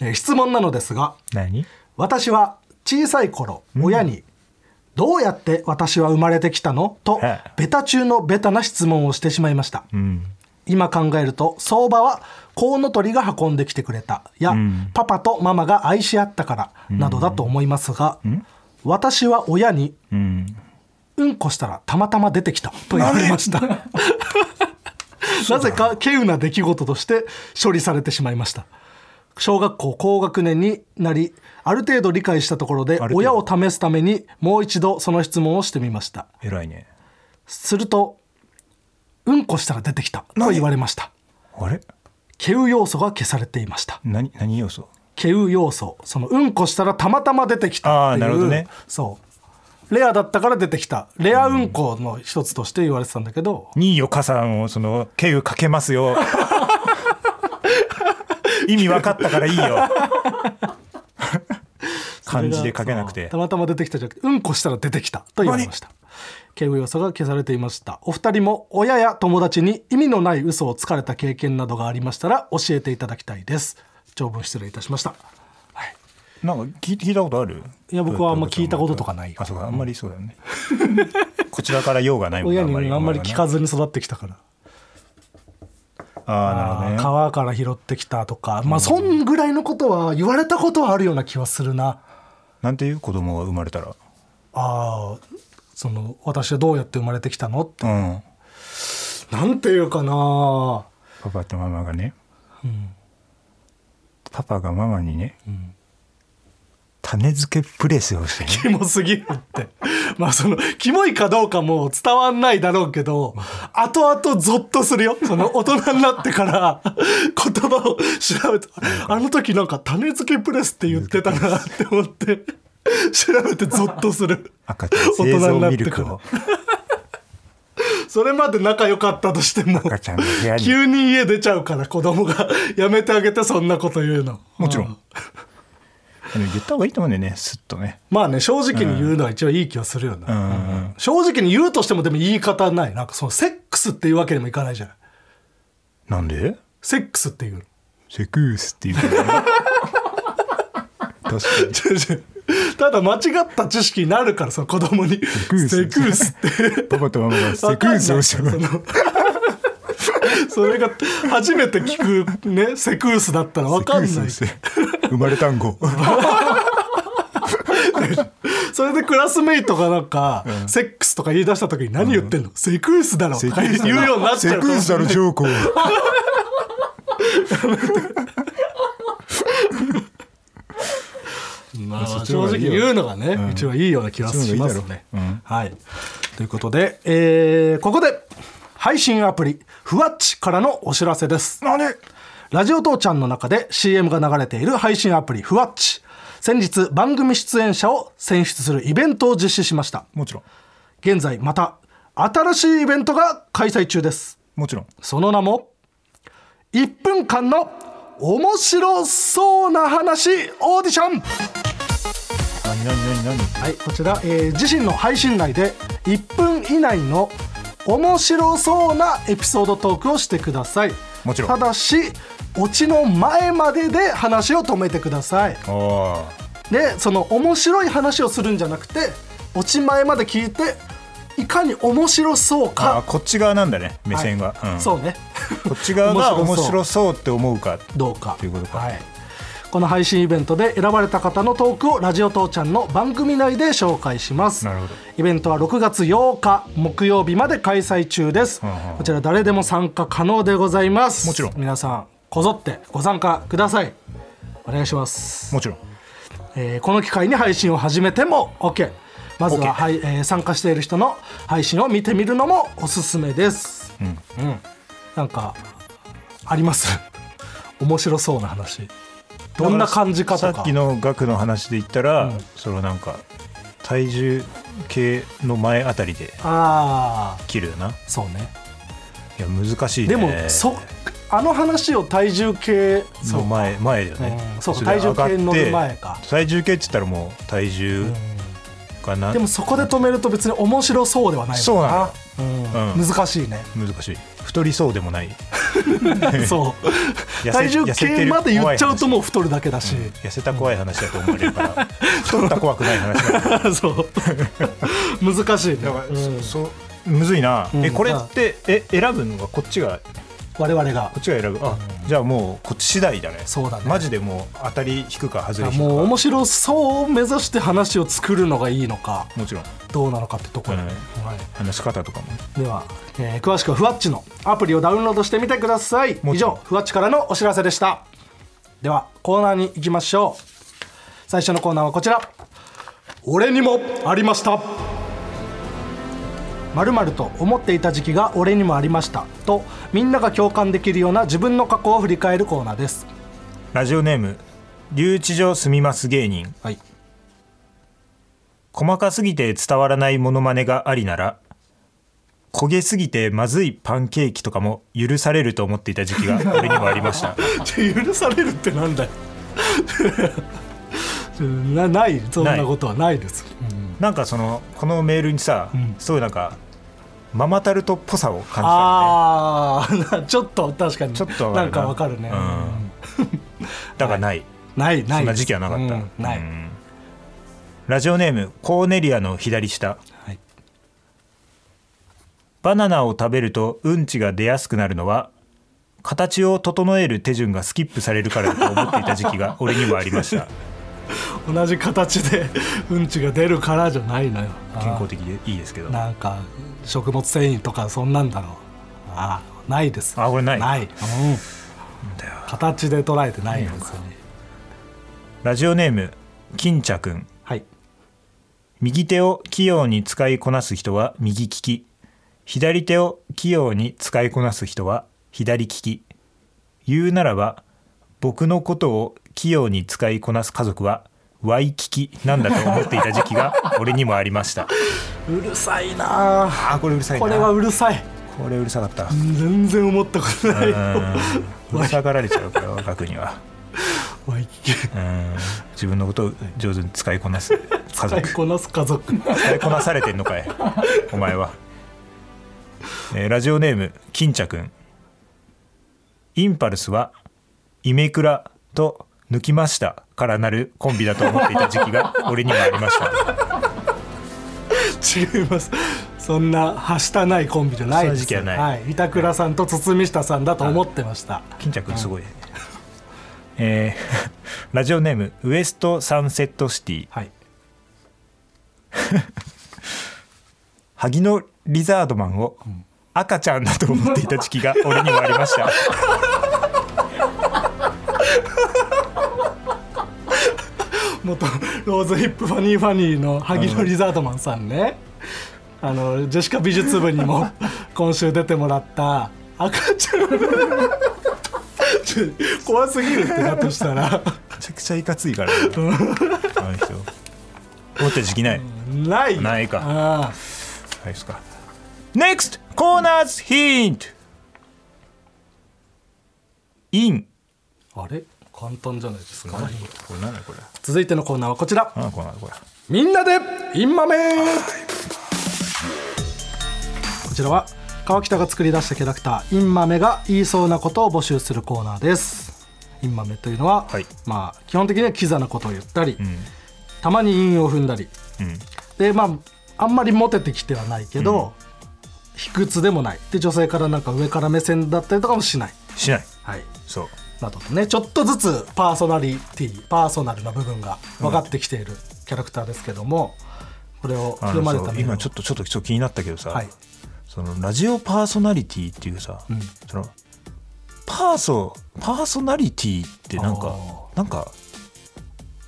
[SPEAKER 3] えー質問なのですが、
[SPEAKER 2] 何
[SPEAKER 3] 私は小さい頃親に「どうやって私は生まれてきたの?」と
[SPEAKER 2] はい
[SPEAKER 3] ベタ中のベタな質問をしてしまいました、
[SPEAKER 2] うん
[SPEAKER 3] 今考えると相場はコウノトリが運んできてくれたや、
[SPEAKER 2] ん
[SPEAKER 3] パパとママが愛し合ったからなどだと思いますが、私は親に
[SPEAKER 2] うん
[SPEAKER 3] うんこしたらたまたま出てきたと言われました なぜか稀有な出来事として処理されてしまいました小学校高学年になりある程度理解したところで
[SPEAKER 2] ある程
[SPEAKER 3] 親
[SPEAKER 2] 度
[SPEAKER 3] を試すためにもう一度その質問をしてみました
[SPEAKER 2] 偉いね
[SPEAKER 3] するとうんこしたら出てきたと言われました
[SPEAKER 2] あれ
[SPEAKER 3] 稀有要素が消されていました
[SPEAKER 2] 何何要素
[SPEAKER 3] 稀有要素そのうんこしたらたまたま出てきたっていう
[SPEAKER 2] あーなるほどね
[SPEAKER 3] そうレアだったから出てきたレアうんこの一つとして言われてたんだけど、
[SPEAKER 2] 2位を加算をその経由かけます よ 意味分かったからいいよ漢字で書けなくて
[SPEAKER 3] たまたま出てきたじゃなくてうんこしたら出てきたと言われました敬語要素が消されていましたお二人も親や友達に意味のない嘘をつかれた経験などがありましたら教えていただきたいです長文失礼いたしました
[SPEAKER 2] なんか聞い聞いたことある
[SPEAKER 3] いや僕はあんま聞いたこととかないよ
[SPEAKER 2] あそうかあんまりそうだよね こちらから用がないもんね
[SPEAKER 3] 親にあんまり聞かずに育ってきたから
[SPEAKER 2] ああなるほどね
[SPEAKER 3] 川から拾ってきたとかまあそんぐらいのことは言われたことはあるような気はするな
[SPEAKER 2] なんていう子供が生まれたら
[SPEAKER 3] ああその私はどうやって生まれてきたのって
[SPEAKER 2] うん
[SPEAKER 3] なんていうかな
[SPEAKER 2] パパとママがね、パパがママにね、種付けプレスをしてね
[SPEAKER 3] キモすぎるって まあそのキモいかどうかも伝わんないだろうけど後々ゾッとするよその大人になってから言葉を調べてあの時なんか種付けプレスって言ってたなって思って調べてゾッとする
[SPEAKER 2] 赤ちゃん製造ミルクを
[SPEAKER 3] それまで仲良かったとしても
[SPEAKER 2] 赤ちゃんの部屋に
[SPEAKER 3] 急に家出ちゃうから子供がやめてあげてそんなこと言うの
[SPEAKER 2] もちろん
[SPEAKER 3] う
[SPEAKER 2] でも言った方がいいと思うんだよねスッとね
[SPEAKER 3] まあね正直に言うのは一応いい気はするよね、
[SPEAKER 2] うん、
[SPEAKER 3] 正直に言うとしてもでも言い方ないなんかそのセックスっていうわけにもいかないじゃない
[SPEAKER 2] なんで
[SPEAKER 3] セックスっていうの
[SPEAKER 2] セクースっていうからね確かに
[SPEAKER 3] ただ間違った知識になるからその子供にセ
[SPEAKER 2] クース
[SPEAKER 3] クースって
[SPEAKER 2] パパとママがセクースをしてる
[SPEAKER 3] わかんないそのそれが初めて聞くねセクースだったら分かんない
[SPEAKER 2] セクースをして生まれ単語
[SPEAKER 3] それでクラスメイトがなんか、セックスとか言い出した時に何言ってんの、セクースだろと
[SPEAKER 2] セク
[SPEAKER 3] か言
[SPEAKER 2] ースだろ
[SPEAKER 3] うようになっちゃ
[SPEAKER 2] セ
[SPEAKER 3] う
[SPEAKER 2] クースだろジョーコ
[SPEAKER 3] まあまあ
[SPEAKER 2] そっちの方が
[SPEAKER 3] 正直
[SPEAKER 2] いいよ
[SPEAKER 3] 言うのがね、
[SPEAKER 2] ん
[SPEAKER 3] うちはいいような気がします
[SPEAKER 2] そっちの方がい
[SPEAKER 3] ね
[SPEAKER 2] い。だろうん
[SPEAKER 3] はい。ということで、えーここで、配信アプリ、ふわっちからのお知らせです。
[SPEAKER 2] なんで
[SPEAKER 3] ラジオ父ちゃんの中で CM が流れている配信アプリ、ふわっち。先日、番組出演者を選出するイベントを実施しました。
[SPEAKER 2] もちろん
[SPEAKER 3] 現在、また、新しいイベントが開催中です。
[SPEAKER 2] もちろん
[SPEAKER 3] その名も、1分間の面白そうな話オーディション
[SPEAKER 2] 何何何何
[SPEAKER 3] はい、こちら、えー自身の配信内で1分以内の面白そうなエピソードトークをしてください
[SPEAKER 2] もちろん
[SPEAKER 3] ただしオチの前までで話を止めてください
[SPEAKER 2] あ
[SPEAKER 3] でその面白い話をするんじゃなくてオチ前まで聞いていかに面白そう
[SPEAKER 2] ーあー
[SPEAKER 3] か
[SPEAKER 2] こっち側なんだね目線が、うん
[SPEAKER 3] そうね
[SPEAKER 2] こっち側が
[SPEAKER 3] 面
[SPEAKER 2] 面
[SPEAKER 3] 白
[SPEAKER 2] 白そうって思うか
[SPEAKER 3] どうか
[SPEAKER 2] ということか
[SPEAKER 3] はい、この配信イベントで選ばれた方のトークをラジオ父ちゃんの番組内で紹介します
[SPEAKER 2] なるほど
[SPEAKER 3] イベントは6月8日木曜日まで開催中です、
[SPEAKER 2] んうんうん
[SPEAKER 3] こちら誰でも参加可能でございます
[SPEAKER 2] もちろん
[SPEAKER 3] 皆さんこぞってご参加くださいお願いします、
[SPEAKER 2] もちろん
[SPEAKER 3] えーこの機会に配信を始めても OK まずは、
[SPEAKER 2] OK
[SPEAKER 3] はいえー参加している人の配信を見てみるのもおすすめです
[SPEAKER 2] うん
[SPEAKER 3] うん、なんかあります 面白そうな話どんな感じかとか
[SPEAKER 2] さっきの額の話で言ったら、そのなんか体重計の前あたりで
[SPEAKER 3] ああ
[SPEAKER 2] 切るよな
[SPEAKER 3] そうね
[SPEAKER 2] いや難しいね
[SPEAKER 3] でも、そあの話を体重計
[SPEAKER 2] の前前だよね、
[SPEAKER 3] うんそうか
[SPEAKER 2] れで
[SPEAKER 3] 体重計に乗る
[SPEAKER 2] 上がって
[SPEAKER 3] 前か
[SPEAKER 2] 体重計って言ったらもう体重かな、
[SPEAKER 3] でもそこで止めると別に面白そうではない
[SPEAKER 2] そうな
[SPEAKER 3] の、
[SPEAKER 2] うん
[SPEAKER 3] 難しいね
[SPEAKER 2] 難しい太りそうでもない
[SPEAKER 3] そう
[SPEAKER 2] せ
[SPEAKER 3] 体重計まで言っちゃうともう太るだけだし、
[SPEAKER 2] 痩せた怖い話だと思われるから 太った怖くない話だ
[SPEAKER 3] そう 難しいね
[SPEAKER 2] だから、
[SPEAKER 3] う
[SPEAKER 2] そ
[SPEAKER 3] ん
[SPEAKER 2] そうむずいな、
[SPEAKER 3] ん
[SPEAKER 2] えこれってえ選ぶのがこっちが
[SPEAKER 3] 我々が
[SPEAKER 2] こっちが選ぶあじゃあもうこっち次第だね
[SPEAKER 3] そうだね
[SPEAKER 2] マジでもう当たり引くか外れ引くか
[SPEAKER 3] もう
[SPEAKER 2] も
[SPEAKER 3] 面白そうを目指して話を作るのがいいのか
[SPEAKER 2] ちろん
[SPEAKER 3] どうなのかってところ、
[SPEAKER 2] うん
[SPEAKER 3] はい
[SPEAKER 2] 話し方とかも
[SPEAKER 3] では、えー詳しくはふわっちのアプリをダウンロードしてみてください
[SPEAKER 2] ろん
[SPEAKER 3] 以上ふわっちからのお知らせでしたではコーナーに行きましょう最初のコーナーはこちら俺にもありましたまるまると思っていた時期が俺にもありましたとみんなが共感できるような自分の過去を振り返るコーナーです
[SPEAKER 2] ラジオネーム留置所住みます芸人
[SPEAKER 3] はい
[SPEAKER 2] 細かすぎて伝わらないモノマネがありなら焦げすぎてまずいパンケーキとかも許されると思っていた時 期が俺にもありました
[SPEAKER 3] 許されるってなんだよ なないそんなことはないです
[SPEAKER 2] なんかそのこのメールにさ、
[SPEAKER 3] ん
[SPEAKER 2] すごいなんかママタルトっぽさを感じたのね
[SPEAKER 3] ああ ちょっと確かに
[SPEAKER 2] ちょっと
[SPEAKER 3] なんかわかるね、
[SPEAKER 2] うんだからない、
[SPEAKER 3] ないない
[SPEAKER 2] そんな時期はなかった、
[SPEAKER 3] うんない、
[SPEAKER 2] うんラジオネームコーネリアの左下
[SPEAKER 3] はい、
[SPEAKER 2] バナナを食べるとうんちが出やすくなるのは形を整える手順がスキップされるからだと思っていた時期が俺にもありました
[SPEAKER 3] 同じ形で うんちが出るからじゃないのよ
[SPEAKER 2] 健康的でいいですけど
[SPEAKER 3] なんか食物繊維とかそんなんだろうああないです
[SPEAKER 2] あこれない
[SPEAKER 3] ない、うん、形で捉えてないよ別に
[SPEAKER 2] ラジオネーム金茶くん
[SPEAKER 3] はい
[SPEAKER 2] 右手を器用に使いこなす人は右利き左手を器用に使いこなす人は左利き言うならば僕のことを器用に使いこなす家族は Y 利きなんだと思っていた時期 が俺にもありました
[SPEAKER 3] うるさいなあ
[SPEAKER 2] あーこれうるさいな
[SPEAKER 3] これはうるさい
[SPEAKER 2] これうるさかった
[SPEAKER 3] 全然思ったことない よ
[SPEAKER 2] うんうるさがられちゃうから額には
[SPEAKER 3] ワイキキ
[SPEAKER 2] うん自分のことを上手に使いこなす家
[SPEAKER 3] 使い
[SPEAKER 2] 族
[SPEAKER 3] こなす家族
[SPEAKER 2] 使いこなされてんのかいお前は、えーラジオネーム金茶くんインパルスはイメクラと抜きましたからなるコンビだと思っていた時期が俺にもありました
[SPEAKER 3] 違いますそんなはしたないコンビじゃないです
[SPEAKER 2] そんな時期はない
[SPEAKER 3] はい、板倉さんと堤下さんだと思ってました、
[SPEAKER 2] 金茶くんすごい、えー ラジオネームウエストサンセットシティ
[SPEAKER 3] はい、
[SPEAKER 2] 萩のリザードマンを赤ちゃんだと思っていた時期が俺にもありました
[SPEAKER 3] 元ローズヒップファニーファニーの萩野リザードマンさんね、あのジェシカ美術部 にも今週出てもらった赤ちゃんちょ怖すぎるってだとし たら
[SPEAKER 2] めちゃくちゃいかついから、ね、あの人思ってる時期ない、
[SPEAKER 3] ない
[SPEAKER 2] ないか
[SPEAKER 3] あ
[SPEAKER 2] はいですか NEXT コーナーズヒントイン
[SPEAKER 3] ああれ簡単じゃないですか、
[SPEAKER 2] これ何だこれ
[SPEAKER 3] 続いてのコーナーはこちら
[SPEAKER 2] 何のコーナーだこれ
[SPEAKER 3] みんなでインマメこちらは川北が作り出したキャラクターインマメが言いそうなことを募集するコーナーですインマメというのは、
[SPEAKER 2] はい
[SPEAKER 3] まあ基本的にはキザなことを言ったり、たまに韻を踏んだり
[SPEAKER 2] うん
[SPEAKER 3] でまああんまりモテてきてはないけど、卑屈でもないで女性からなんか上から目線だったりとかもしない、
[SPEAKER 2] しない
[SPEAKER 3] はい、
[SPEAKER 2] そう
[SPEAKER 3] などとねちょっとずつパーソナリティパーソナルな部分が分かってきているキャラクターですけども、これを
[SPEAKER 2] あ
[SPEAKER 3] 読
[SPEAKER 2] の
[SPEAKER 3] まれ
[SPEAKER 2] そ
[SPEAKER 3] た
[SPEAKER 2] う
[SPEAKER 3] メールを
[SPEAKER 2] 今ちょっとちょっとちょっと気になったけどさ、
[SPEAKER 3] はい
[SPEAKER 2] そのラジオパーソナリティっていうさ、そのパーソパーソナリティってなんか
[SPEAKER 3] あ
[SPEAKER 2] なんか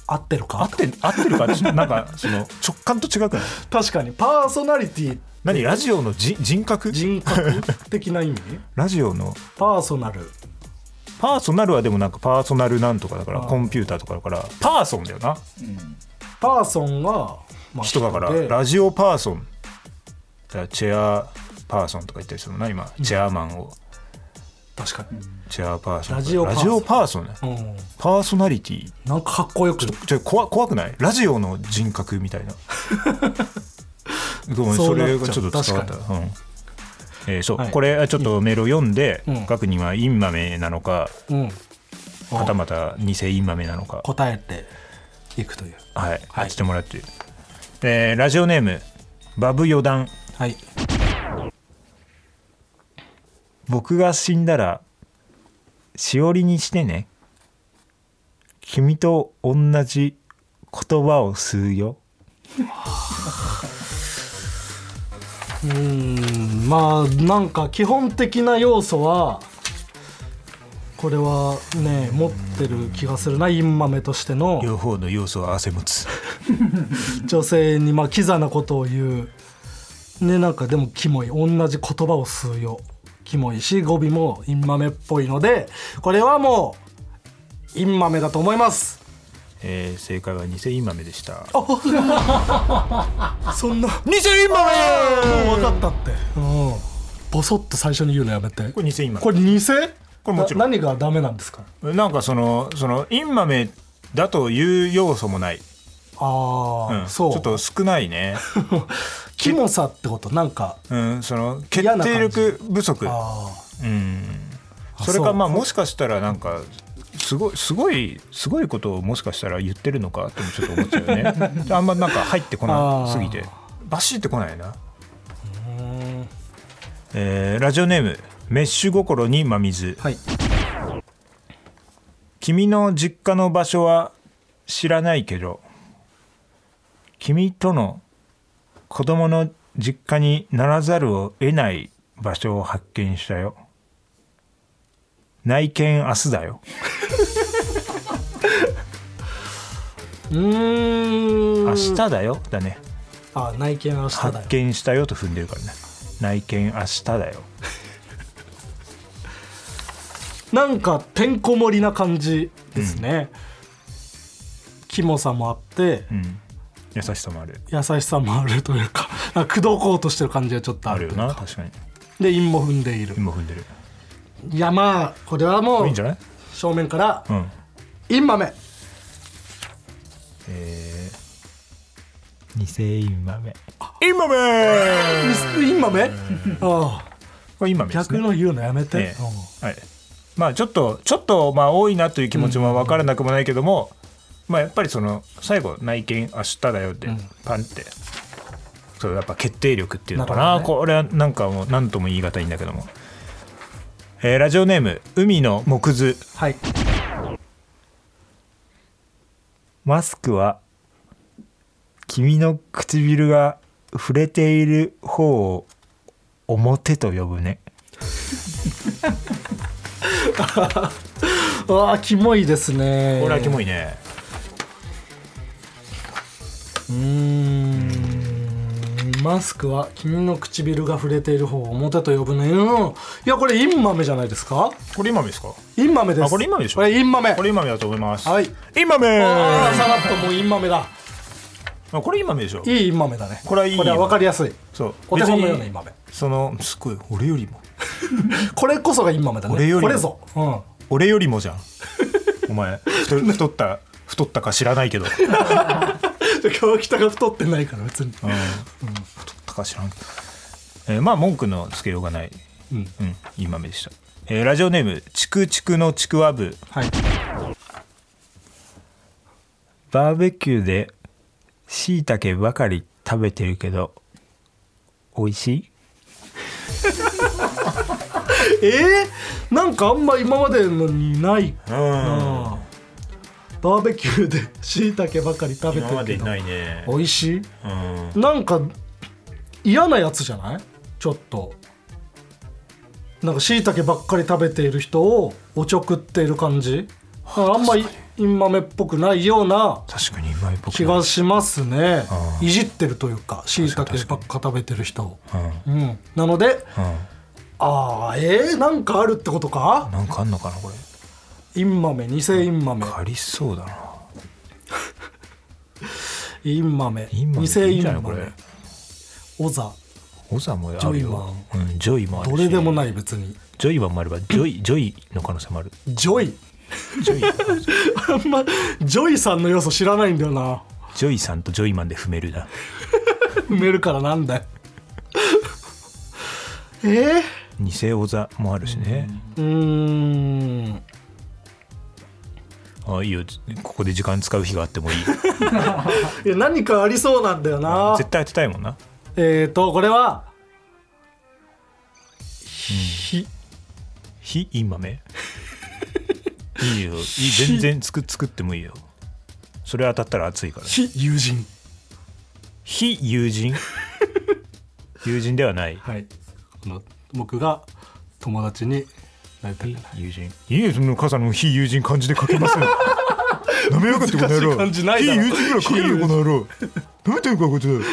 [SPEAKER 3] 合ってる
[SPEAKER 2] 合っ
[SPEAKER 3] か
[SPEAKER 2] て合ってるか なんかその直感と違くない
[SPEAKER 3] 確かにパーソナリティ
[SPEAKER 2] 何ラジオのじ人格
[SPEAKER 3] 人格的な意味
[SPEAKER 2] ラジオの
[SPEAKER 3] パーソナル
[SPEAKER 2] パーソナルはでもなんかパーソナルなんとかだから
[SPEAKER 3] あー
[SPEAKER 2] コンピューターとかだからパーソンだよな
[SPEAKER 3] パーソンは、まあ
[SPEAKER 2] 人だから
[SPEAKER 3] で
[SPEAKER 2] ラジオパーソンだからチェアパーソンとか言ったりするのな今チェアマンを
[SPEAKER 3] 確かに、
[SPEAKER 2] チェアパーソン
[SPEAKER 3] ラジオパーソン
[SPEAKER 2] パーソンね
[SPEAKER 3] うん、
[SPEAKER 2] パーソナリティ
[SPEAKER 3] なんかかっこよく
[SPEAKER 2] ちょ怖怖くないラジオの人格みたいなごめん
[SPEAKER 3] そ
[SPEAKER 2] そう
[SPEAKER 3] なっちゃ
[SPEAKER 2] れ
[SPEAKER 3] う
[SPEAKER 2] がちょっと伝わった
[SPEAKER 3] 確
[SPEAKER 2] うんえーそう、
[SPEAKER 3] はい
[SPEAKER 2] これちょっとメールを読んで、
[SPEAKER 3] うん
[SPEAKER 2] 学にはインマメなのか
[SPEAKER 3] うん、
[SPEAKER 2] はたまた偽インマメなのか
[SPEAKER 3] 答えていくという
[SPEAKER 2] はい、来てもらってる、えーラジオネームバブ余談
[SPEAKER 3] はい
[SPEAKER 2] 僕が死んだらしおりにしてね君と同じ言葉を吸うよ
[SPEAKER 3] うーんまあなんか基本的な要素はこれはね持ってる気がするなインマメとしての
[SPEAKER 2] 両方の要素を合わせ持つ
[SPEAKER 3] 女性にまあキザなことを言うねなんかでもキモい同じ言葉を吸うよキモいし語尾もインマメっぽいのでこれはもうインマメだと思います
[SPEAKER 2] えー正解は偽インマメでした
[SPEAKER 3] そんな
[SPEAKER 2] 偽インマ
[SPEAKER 3] もう
[SPEAKER 2] メ
[SPEAKER 3] 分かったってうんボソッと最初に言うのやめて
[SPEAKER 2] これ偽インマ
[SPEAKER 3] これ偽こ
[SPEAKER 2] れもちろん
[SPEAKER 3] 何がダメなんですか
[SPEAKER 2] メなんかそのそのインマメだという要素もない、
[SPEAKER 3] ああ、
[SPEAKER 2] うん、
[SPEAKER 3] そう
[SPEAKER 2] ちょっと少ない ね、
[SPEAKER 3] キモさってことなんか
[SPEAKER 2] うん、その決
[SPEAKER 3] 嫌な感じ
[SPEAKER 2] 定力不足
[SPEAKER 3] あ
[SPEAKER 2] うん
[SPEAKER 3] あ
[SPEAKER 2] それか
[SPEAKER 3] そう
[SPEAKER 2] まあもしかしたらなんかすごいすごいすごいことをもしかしたら言ってるのかってもちょっと思っちゃうよ ねあんまなんか入ってこなすぎて
[SPEAKER 3] あ
[SPEAKER 2] バシってこないな、
[SPEAKER 3] あうん
[SPEAKER 2] えーラジオネームメッシュ心に真水
[SPEAKER 3] はい
[SPEAKER 2] 君の実家の場所は知らないけど君との子供の実家にならざるを得ない場所を発見したよ内見明日だよ
[SPEAKER 3] うーん
[SPEAKER 2] 明日だよだね
[SPEAKER 3] あ内見明日だよ
[SPEAKER 2] 発見したよと踏んでるからね内見明日だよ
[SPEAKER 3] なんかてんこ盛りな感じですね、キモさもあって
[SPEAKER 2] うん優しさもある
[SPEAKER 3] 優しさもあるというか なんか口説こうとしてる感じがちょっとあ
[SPEAKER 2] あ
[SPEAKER 3] る
[SPEAKER 2] る
[SPEAKER 3] と
[SPEAKER 2] よ
[SPEAKER 3] いうか
[SPEAKER 2] な確かに
[SPEAKER 3] で韻も踏んでいる
[SPEAKER 2] 今踏んでる
[SPEAKER 3] いやまあこれはも
[SPEAKER 2] いういんじゃない
[SPEAKER 3] 正面から
[SPEAKER 2] うん
[SPEAKER 3] 「インマメ
[SPEAKER 2] えー、二世インマメインマメ」
[SPEAKER 3] インマメああ
[SPEAKER 2] これインマメです
[SPEAKER 3] 逆
[SPEAKER 2] ね
[SPEAKER 3] の言うのやめて、
[SPEAKER 2] ええはい、まあちょっとちょっとまあ多いなという気持ちも分からなくもないけども、まあやっぱりその最後「内見明日だよ」ってパンって、そうやっぱ決定力っていうのかな
[SPEAKER 3] なるほ
[SPEAKER 2] これはなんかもう何とも言い難いんだけども、えーラジオネーム「海の木図
[SPEAKER 3] はい
[SPEAKER 2] マスクは君の唇が触れている方を表と呼ぶね」
[SPEAKER 3] うわあキモいですね
[SPEAKER 2] これはキ
[SPEAKER 3] い
[SPEAKER 2] モいね、
[SPEAKER 3] うーんマスクは君の唇が触れている方を表と呼ぶねうんいやこれインマメじゃないですか
[SPEAKER 2] これインマメですか
[SPEAKER 3] インマメです
[SPEAKER 2] あこれインマメでしょ
[SPEAKER 3] これインマメ
[SPEAKER 2] これインマメだと思います
[SPEAKER 3] はい
[SPEAKER 2] インマメ
[SPEAKER 3] ああさらっともうインマメだ
[SPEAKER 2] まあ、これ今目でしょ
[SPEAKER 3] いいインマメだね
[SPEAKER 2] これはいい
[SPEAKER 3] これは分かりやすい
[SPEAKER 2] そう
[SPEAKER 3] お手本のような
[SPEAKER 2] 別
[SPEAKER 3] イン
[SPEAKER 2] に
[SPEAKER 3] マメ
[SPEAKER 2] そのすごい俺よりも
[SPEAKER 3] これこそがインマメだね
[SPEAKER 2] 俺よりも
[SPEAKER 3] これぞ、うん、
[SPEAKER 2] 俺よりもじゃ んお前太太った太ったか知らないけど、うん、太
[SPEAKER 3] 川北が太ってないから別に、
[SPEAKER 2] ったか知らんけど、えーまあ文句のつけようがない、
[SPEAKER 3] うん
[SPEAKER 2] うん、いい豆でした、えーラジオネーム「ちくちくのちくわぶ
[SPEAKER 3] はい」
[SPEAKER 2] バーベキューでしいたけばかり食べてるけど美味しい
[SPEAKER 3] えー、なんかあんま今までのにない
[SPEAKER 2] うん
[SPEAKER 3] なバーベキューでしいたけばかり食べてるけど
[SPEAKER 2] いね
[SPEAKER 3] 美味しい
[SPEAKER 2] うん
[SPEAKER 3] なんか嫌なやつじゃないちょっとなんかしいたけばっかり食べている人をおちょくっている感じなんかあんまりインマメっぽくないような
[SPEAKER 2] 確かに今っぽく
[SPEAKER 3] 気がしますね
[SPEAKER 2] あー
[SPEAKER 3] いじってるというかしいたけばっか食べてる人を、
[SPEAKER 2] うん、うん、
[SPEAKER 3] うん、なのでああえー、なんかあるってことか
[SPEAKER 2] なんかあんのかなこれ
[SPEAKER 3] インマメ偽インマメ
[SPEAKER 2] ありそうだな
[SPEAKER 3] インマメ偽イ
[SPEAKER 2] 今いい
[SPEAKER 3] ン
[SPEAKER 2] んじゃな
[SPEAKER 3] マ
[SPEAKER 2] いこれ
[SPEAKER 3] メオザ
[SPEAKER 2] オザもあるよ
[SPEAKER 3] ジョイマ
[SPEAKER 2] うん、ジョイもあるし
[SPEAKER 3] どれでも
[SPEAKER 2] い
[SPEAKER 3] ない別に
[SPEAKER 2] ジョイマンもあればジョイジョイの可能性もある
[SPEAKER 3] ジョイ
[SPEAKER 2] ジョイ
[SPEAKER 3] あんまジョイさんの要素知らないんだよな
[SPEAKER 2] ジョイさんとジョイマンで踏めるだ
[SPEAKER 3] 埋めるからなんだよえ
[SPEAKER 2] 偽オザもあるしね
[SPEAKER 3] ー、うーん
[SPEAKER 2] あいいよここで時間使う日があってもいい絶
[SPEAKER 3] いや何かありそうなんだよな
[SPEAKER 2] 対当てたいもんな
[SPEAKER 3] えーとこれはひ
[SPEAKER 2] 非インマ メいいよいい全然作作ってもいいよそれ当たったら熱いから
[SPEAKER 3] ひ友人
[SPEAKER 2] 非友 人友人ではない
[SPEAKER 3] はいこの僕が友達になりたくない
[SPEAKER 2] 友人いいよその傘の非友人漢字で書け ますなめやがってこの野郎
[SPEAKER 3] 難しい漢字ないだろ
[SPEAKER 2] 非友人ぐらい書けるよこの野郎なめてるかこいつ フ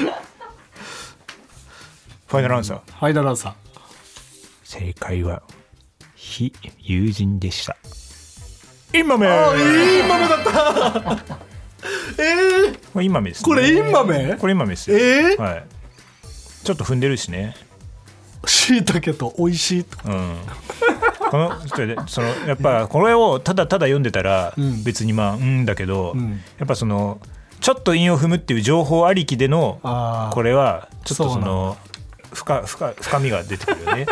[SPEAKER 2] ァイナルアンサー
[SPEAKER 3] ハイダランさん
[SPEAKER 2] 正解は非友人でしたインマメ
[SPEAKER 3] あいい豆だった えー、
[SPEAKER 2] これインマメですね
[SPEAKER 3] これインマメ
[SPEAKER 2] これインマメですよ
[SPEAKER 3] えー
[SPEAKER 2] はいちょっと踏んでるしね
[SPEAKER 3] しいたけと美味しいってこ
[SPEAKER 2] うんこのちょっとねそのやっぱこれをただただ読んでたら別にまあうんだけど、
[SPEAKER 3] ん
[SPEAKER 2] やっぱそのちょっと韻を踏むっていう情報ありきでの
[SPEAKER 3] あー
[SPEAKER 2] これはちょっと
[SPEAKER 3] そう
[SPEAKER 2] そ
[SPEAKER 3] なんだ
[SPEAKER 2] の深深深みが出てくるよ ね。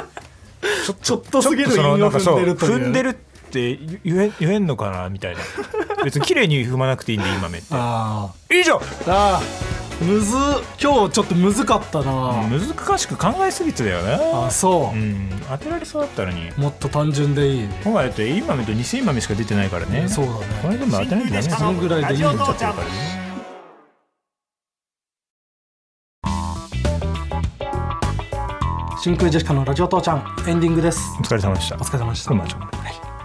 [SPEAKER 3] ちょっとすぎる
[SPEAKER 2] ちょっとその
[SPEAKER 3] 韻
[SPEAKER 2] な
[SPEAKER 3] を
[SPEAKER 2] んかそ
[SPEAKER 3] 踏
[SPEAKER 2] うん
[SPEAKER 3] でるとい
[SPEAKER 2] 踏
[SPEAKER 3] う
[SPEAKER 2] んでるって言え言えんのかなみ たいな別に綺麗に踏まなくていいんで今目って
[SPEAKER 3] あ
[SPEAKER 2] 以上
[SPEAKER 3] ーあーむず今日ちょっとむずかったな、
[SPEAKER 2] 難しく考えすぎてだよ
[SPEAKER 3] あ
[SPEAKER 2] な
[SPEAKER 3] そう
[SPEAKER 2] う、ん当てられそうだったのに
[SPEAKER 3] もっと単純でいい、
[SPEAKER 2] 今回だって今目と偽今目しか出てないからね
[SPEAKER 3] そうだ
[SPEAKER 2] こ
[SPEAKER 3] ね
[SPEAKER 2] れでも当てないとダメだ
[SPEAKER 3] そのぐらいでいいんじゃない真空ジェシカのラジオ父ちゃんエンディングです
[SPEAKER 2] お疲れ様でした
[SPEAKER 3] お疲れ様でした
[SPEAKER 2] こんばんは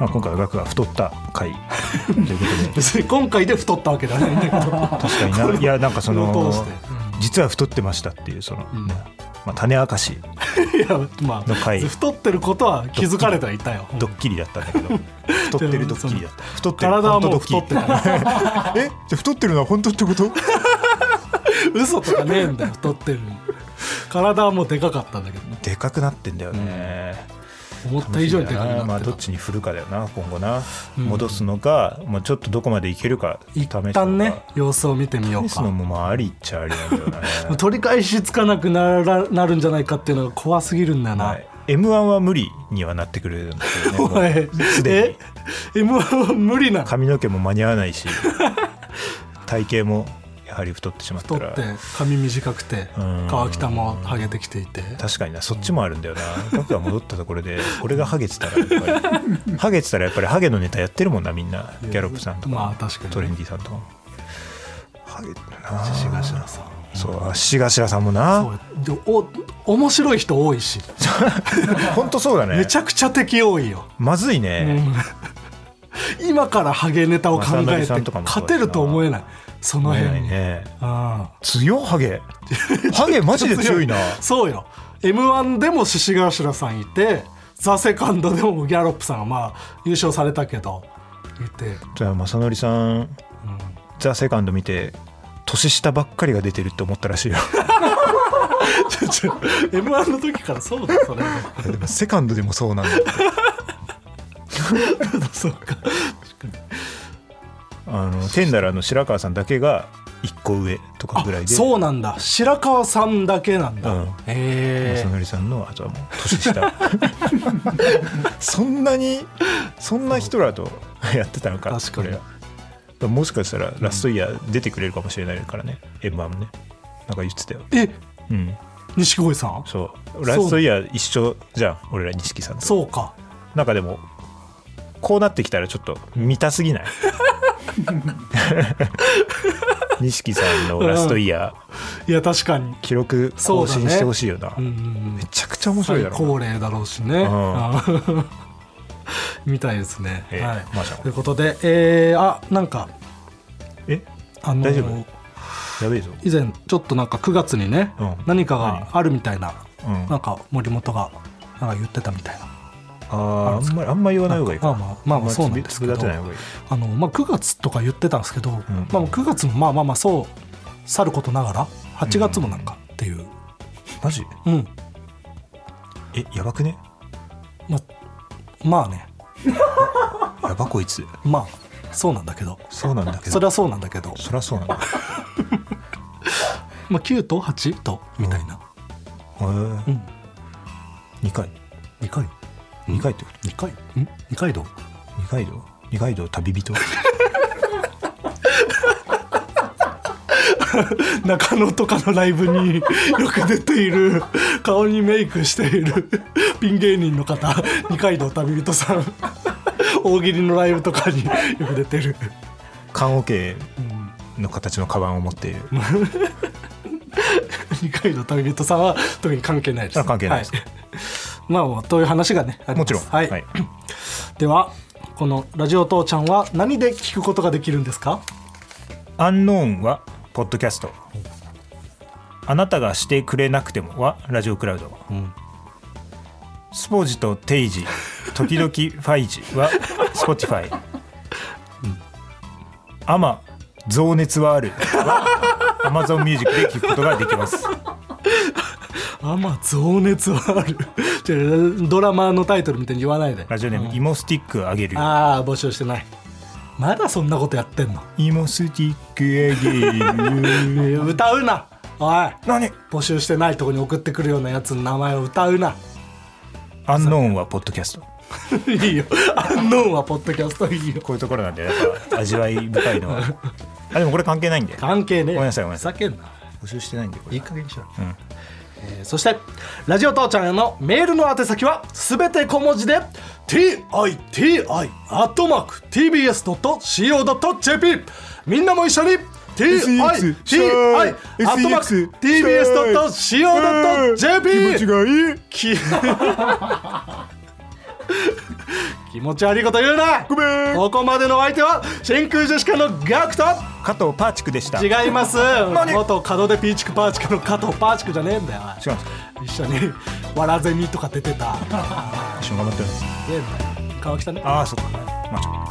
[SPEAKER 2] まあ今回は額が太った回ということで
[SPEAKER 3] 別に今回で太ったわけではないんだけど
[SPEAKER 2] 確かに ないやなんかそ
[SPEAKER 3] これを
[SPEAKER 2] の
[SPEAKER 3] 通して
[SPEAKER 2] 実は太ってましたっていうその、
[SPEAKER 3] ん
[SPEAKER 2] ねまあ、種明かし
[SPEAKER 3] いやまあ
[SPEAKER 2] の回
[SPEAKER 3] 太ってることは気づかれてはいたよ
[SPEAKER 2] ドッキリだったんだけ ど太ってるドッキリだった太ってる
[SPEAKER 3] 体は
[SPEAKER 2] 本当
[SPEAKER 3] も
[SPEAKER 2] ド
[SPEAKER 3] う
[SPEAKER 2] ッキリ
[SPEAKER 3] 太ってない
[SPEAKER 2] えじゃあ太ってるのは本当ってこと
[SPEAKER 3] 嘘とかねえんだよ太ってる体はもうでかかったんだけど
[SPEAKER 2] でかくなってんだよね、
[SPEAKER 3] 思った以上にでかくなってた、
[SPEAKER 2] まあどっちに振るかだよな今後な、戻すのか、まあ、ちょっとどこまでいけるか試
[SPEAKER 3] 一
[SPEAKER 2] すのか
[SPEAKER 3] 旦ね様子を見てみよう
[SPEAKER 2] 試すの
[SPEAKER 3] か
[SPEAKER 2] もまあありっちゃありなんだよね
[SPEAKER 3] 取り返しつかなくならなるんじゃないかっていうのが怖すぎるんだよな、
[SPEAKER 2] はい M1 は無理にはなってくれるんですよね
[SPEAKER 3] お
[SPEAKER 2] も
[SPEAKER 3] 前え
[SPEAKER 2] うすでに
[SPEAKER 3] M1 は無理なの
[SPEAKER 2] 髪の毛も間に合わない し体型もやはり太ってしまっ
[SPEAKER 3] 太
[SPEAKER 2] た
[SPEAKER 3] っ
[SPEAKER 2] ら
[SPEAKER 3] て髪短くて
[SPEAKER 2] うん
[SPEAKER 3] 川北もハゲてきていて
[SPEAKER 2] 確かになそっちもあるんだよな僕が戻ったところで俺がハゲてたらやっぱり ハゲてたらやっぱりハゲのネタやってるもんなみんなギャロップさんとか,、
[SPEAKER 3] まあ確かに
[SPEAKER 2] トレンディさんとかもハゲてるな
[SPEAKER 3] 志頭さん
[SPEAKER 2] そう足頭さんもな
[SPEAKER 3] そうでお面白い人多いし
[SPEAKER 2] 本当そうだね
[SPEAKER 3] めちゃくちゃ敵多いよ、
[SPEAKER 2] まずいね、
[SPEAKER 3] 今からハゲネタを
[SPEAKER 2] ま
[SPEAKER 3] 考
[SPEAKER 2] あ
[SPEAKER 3] え
[SPEAKER 2] 真田
[SPEAKER 3] て
[SPEAKER 2] さんとかもそう
[SPEAKER 3] 勝
[SPEAKER 2] だしな
[SPEAKER 3] てると思えないその
[SPEAKER 2] 思え
[SPEAKER 3] 辺
[SPEAKER 2] な
[SPEAKER 3] に
[SPEAKER 2] いね
[SPEAKER 3] あ
[SPEAKER 2] 強っハ ゲハゲマジで強いな
[SPEAKER 3] そうよ m 1でも獅子頭さんいてザ・セカンドでもギャロップさんがまあ優勝されたけどいて
[SPEAKER 2] じゃあ正則さん、ザ・セカンド見て年下ばっかりが出てるって思ったらしいよ
[SPEAKER 3] m 1の時からそうだそれ
[SPEAKER 2] でもセカンドでもそうなんだ
[SPEAKER 3] そうか
[SPEAKER 2] あのテンダラーの白川さんだけが1個上とかぐらいで
[SPEAKER 3] そうなんだ白川さんだけなんだ、
[SPEAKER 2] うん
[SPEAKER 3] へ
[SPEAKER 2] 正
[SPEAKER 3] え
[SPEAKER 2] 則さんのあとはもう年下 そんなにそんな人らと やってたのか
[SPEAKER 3] 確かに
[SPEAKER 2] これもしかしたらラストイヤー出てくれるかもしれないからね、m 1ねなんか言ってたよ
[SPEAKER 3] え
[SPEAKER 2] うん
[SPEAKER 3] 錦鯉さん
[SPEAKER 2] そうラストイヤー一緒じゃん俺ら錦さんと
[SPEAKER 3] そうか
[SPEAKER 2] なんかでもこうなってきたらちょっと見たす ぎない錦さんのラストイヤー
[SPEAKER 3] いや確かに
[SPEAKER 2] 記録更新してほしいよな、
[SPEAKER 3] うんうん
[SPEAKER 2] めちゃくちゃ面白い
[SPEAKER 3] 最
[SPEAKER 2] だろう
[SPEAKER 3] 高齢だろうしね、
[SPEAKER 2] ん
[SPEAKER 3] あ みたいですね、
[SPEAKER 2] ええ
[SPEAKER 3] はい
[SPEAKER 2] まあじゃあ
[SPEAKER 3] ということで、えーあなんか
[SPEAKER 2] なえ
[SPEAKER 3] あのー
[SPEAKER 2] 大丈夫やべえぞ
[SPEAKER 3] 以前ちょっとなんか9月にね、
[SPEAKER 2] うん
[SPEAKER 3] 何かがあるみたいな、
[SPEAKER 2] うん
[SPEAKER 3] なんか森本がなんか言ってたみたいな
[SPEAKER 2] あーあんまりあんまり言わない方がいいか
[SPEAKER 3] まあまあまあまあそうなんですけど
[SPEAKER 2] つぶつぶ立てない方がいい
[SPEAKER 3] あの、まあ、9月とか言ってたんですけど、
[SPEAKER 2] ん
[SPEAKER 3] まあ、9月もまあまあまあそうさることながら8月もなんかっていう、
[SPEAKER 2] マジ
[SPEAKER 3] うん
[SPEAKER 2] えやばくね
[SPEAKER 3] ままあね
[SPEAKER 2] やばこいつ
[SPEAKER 3] まあそうなんだけど
[SPEAKER 2] そうなんだけど
[SPEAKER 3] それはそうなんだけど、
[SPEAKER 2] そりゃそうなん だへ
[SPEAKER 3] まあ、9と8とみたいな、
[SPEAKER 2] え
[SPEAKER 3] ん
[SPEAKER 2] 2回
[SPEAKER 3] 二回
[SPEAKER 2] 2回ってこと
[SPEAKER 3] 二回ん二回どう
[SPEAKER 2] 二階堂二階堂旅 人
[SPEAKER 3] 中野とかのライブによく出ている顔にメイクしているピン芸人の方二階堂旅人さん大喜利のライブとかによく出てる
[SPEAKER 2] 棺桶の形のカバンを持っている、
[SPEAKER 3] 二階堂旅人さんは特に関係ないです
[SPEAKER 2] あ関係ないです
[SPEAKER 3] はまあまあという 話がねありま
[SPEAKER 2] もち
[SPEAKER 3] す
[SPEAKER 2] ろん、
[SPEAKER 3] はい
[SPEAKER 2] はい
[SPEAKER 3] ではこの「ラジオ父ちゃん」は何で聞くことができるんですか
[SPEAKER 2] アンノーンはポッドキャストあなたがしてくれなくてもはラジオクラウド、スポジとテイジ時々ファイジはスポティファイ、アマ情熱はあるはアマゾンミュージックで聞くことができます
[SPEAKER 3] あまあ情熱はあるちょドラマのタイトルみたいに言わないで
[SPEAKER 2] ラジオネーム、芋スティックあげるよ
[SPEAKER 3] ああ募集してないまだそんなことやってんの
[SPEAKER 2] 芋スティックあげるよ
[SPEAKER 3] 歌うなおい
[SPEAKER 2] 何
[SPEAKER 3] 募集してないとこに送ってくるようなやつの名前を歌うな
[SPEAKER 2] アンノーンはポッドキャスト
[SPEAKER 3] いいよ アンノーンはポッドキャストいいよ
[SPEAKER 2] こういうところなんでやっぱ味わい深いのはあでもこれ関係ないんで
[SPEAKER 3] 関係ねえ
[SPEAKER 2] ごめんなさいごめんなさい
[SPEAKER 3] ふざけんな
[SPEAKER 2] 募集してないんでこ
[SPEAKER 3] い
[SPEAKER 2] れ
[SPEAKER 3] い加減にしろ、えーそしてラジオ父ちゃんへのメールの宛先はすべて小文字で TITI.tbs.co.jp みんなも一緒に TITI.tbs.co.jp
[SPEAKER 2] がいい
[SPEAKER 3] 気気持ち悪いこと言うな
[SPEAKER 2] ごめん
[SPEAKER 3] ここまでのお相手は真空ジェシカのガクト
[SPEAKER 2] 加藤パーチクでした違う
[SPEAKER 3] 違います元門出ピーチクパーチクの加藤パーチクじゃねえんだよ
[SPEAKER 2] んです
[SPEAKER 3] 一緒に「わらゼミ」とか出てた
[SPEAKER 2] 一緒に頑張ってる
[SPEAKER 3] 出んだよ川北ね
[SPEAKER 2] ああそっかまあちょっと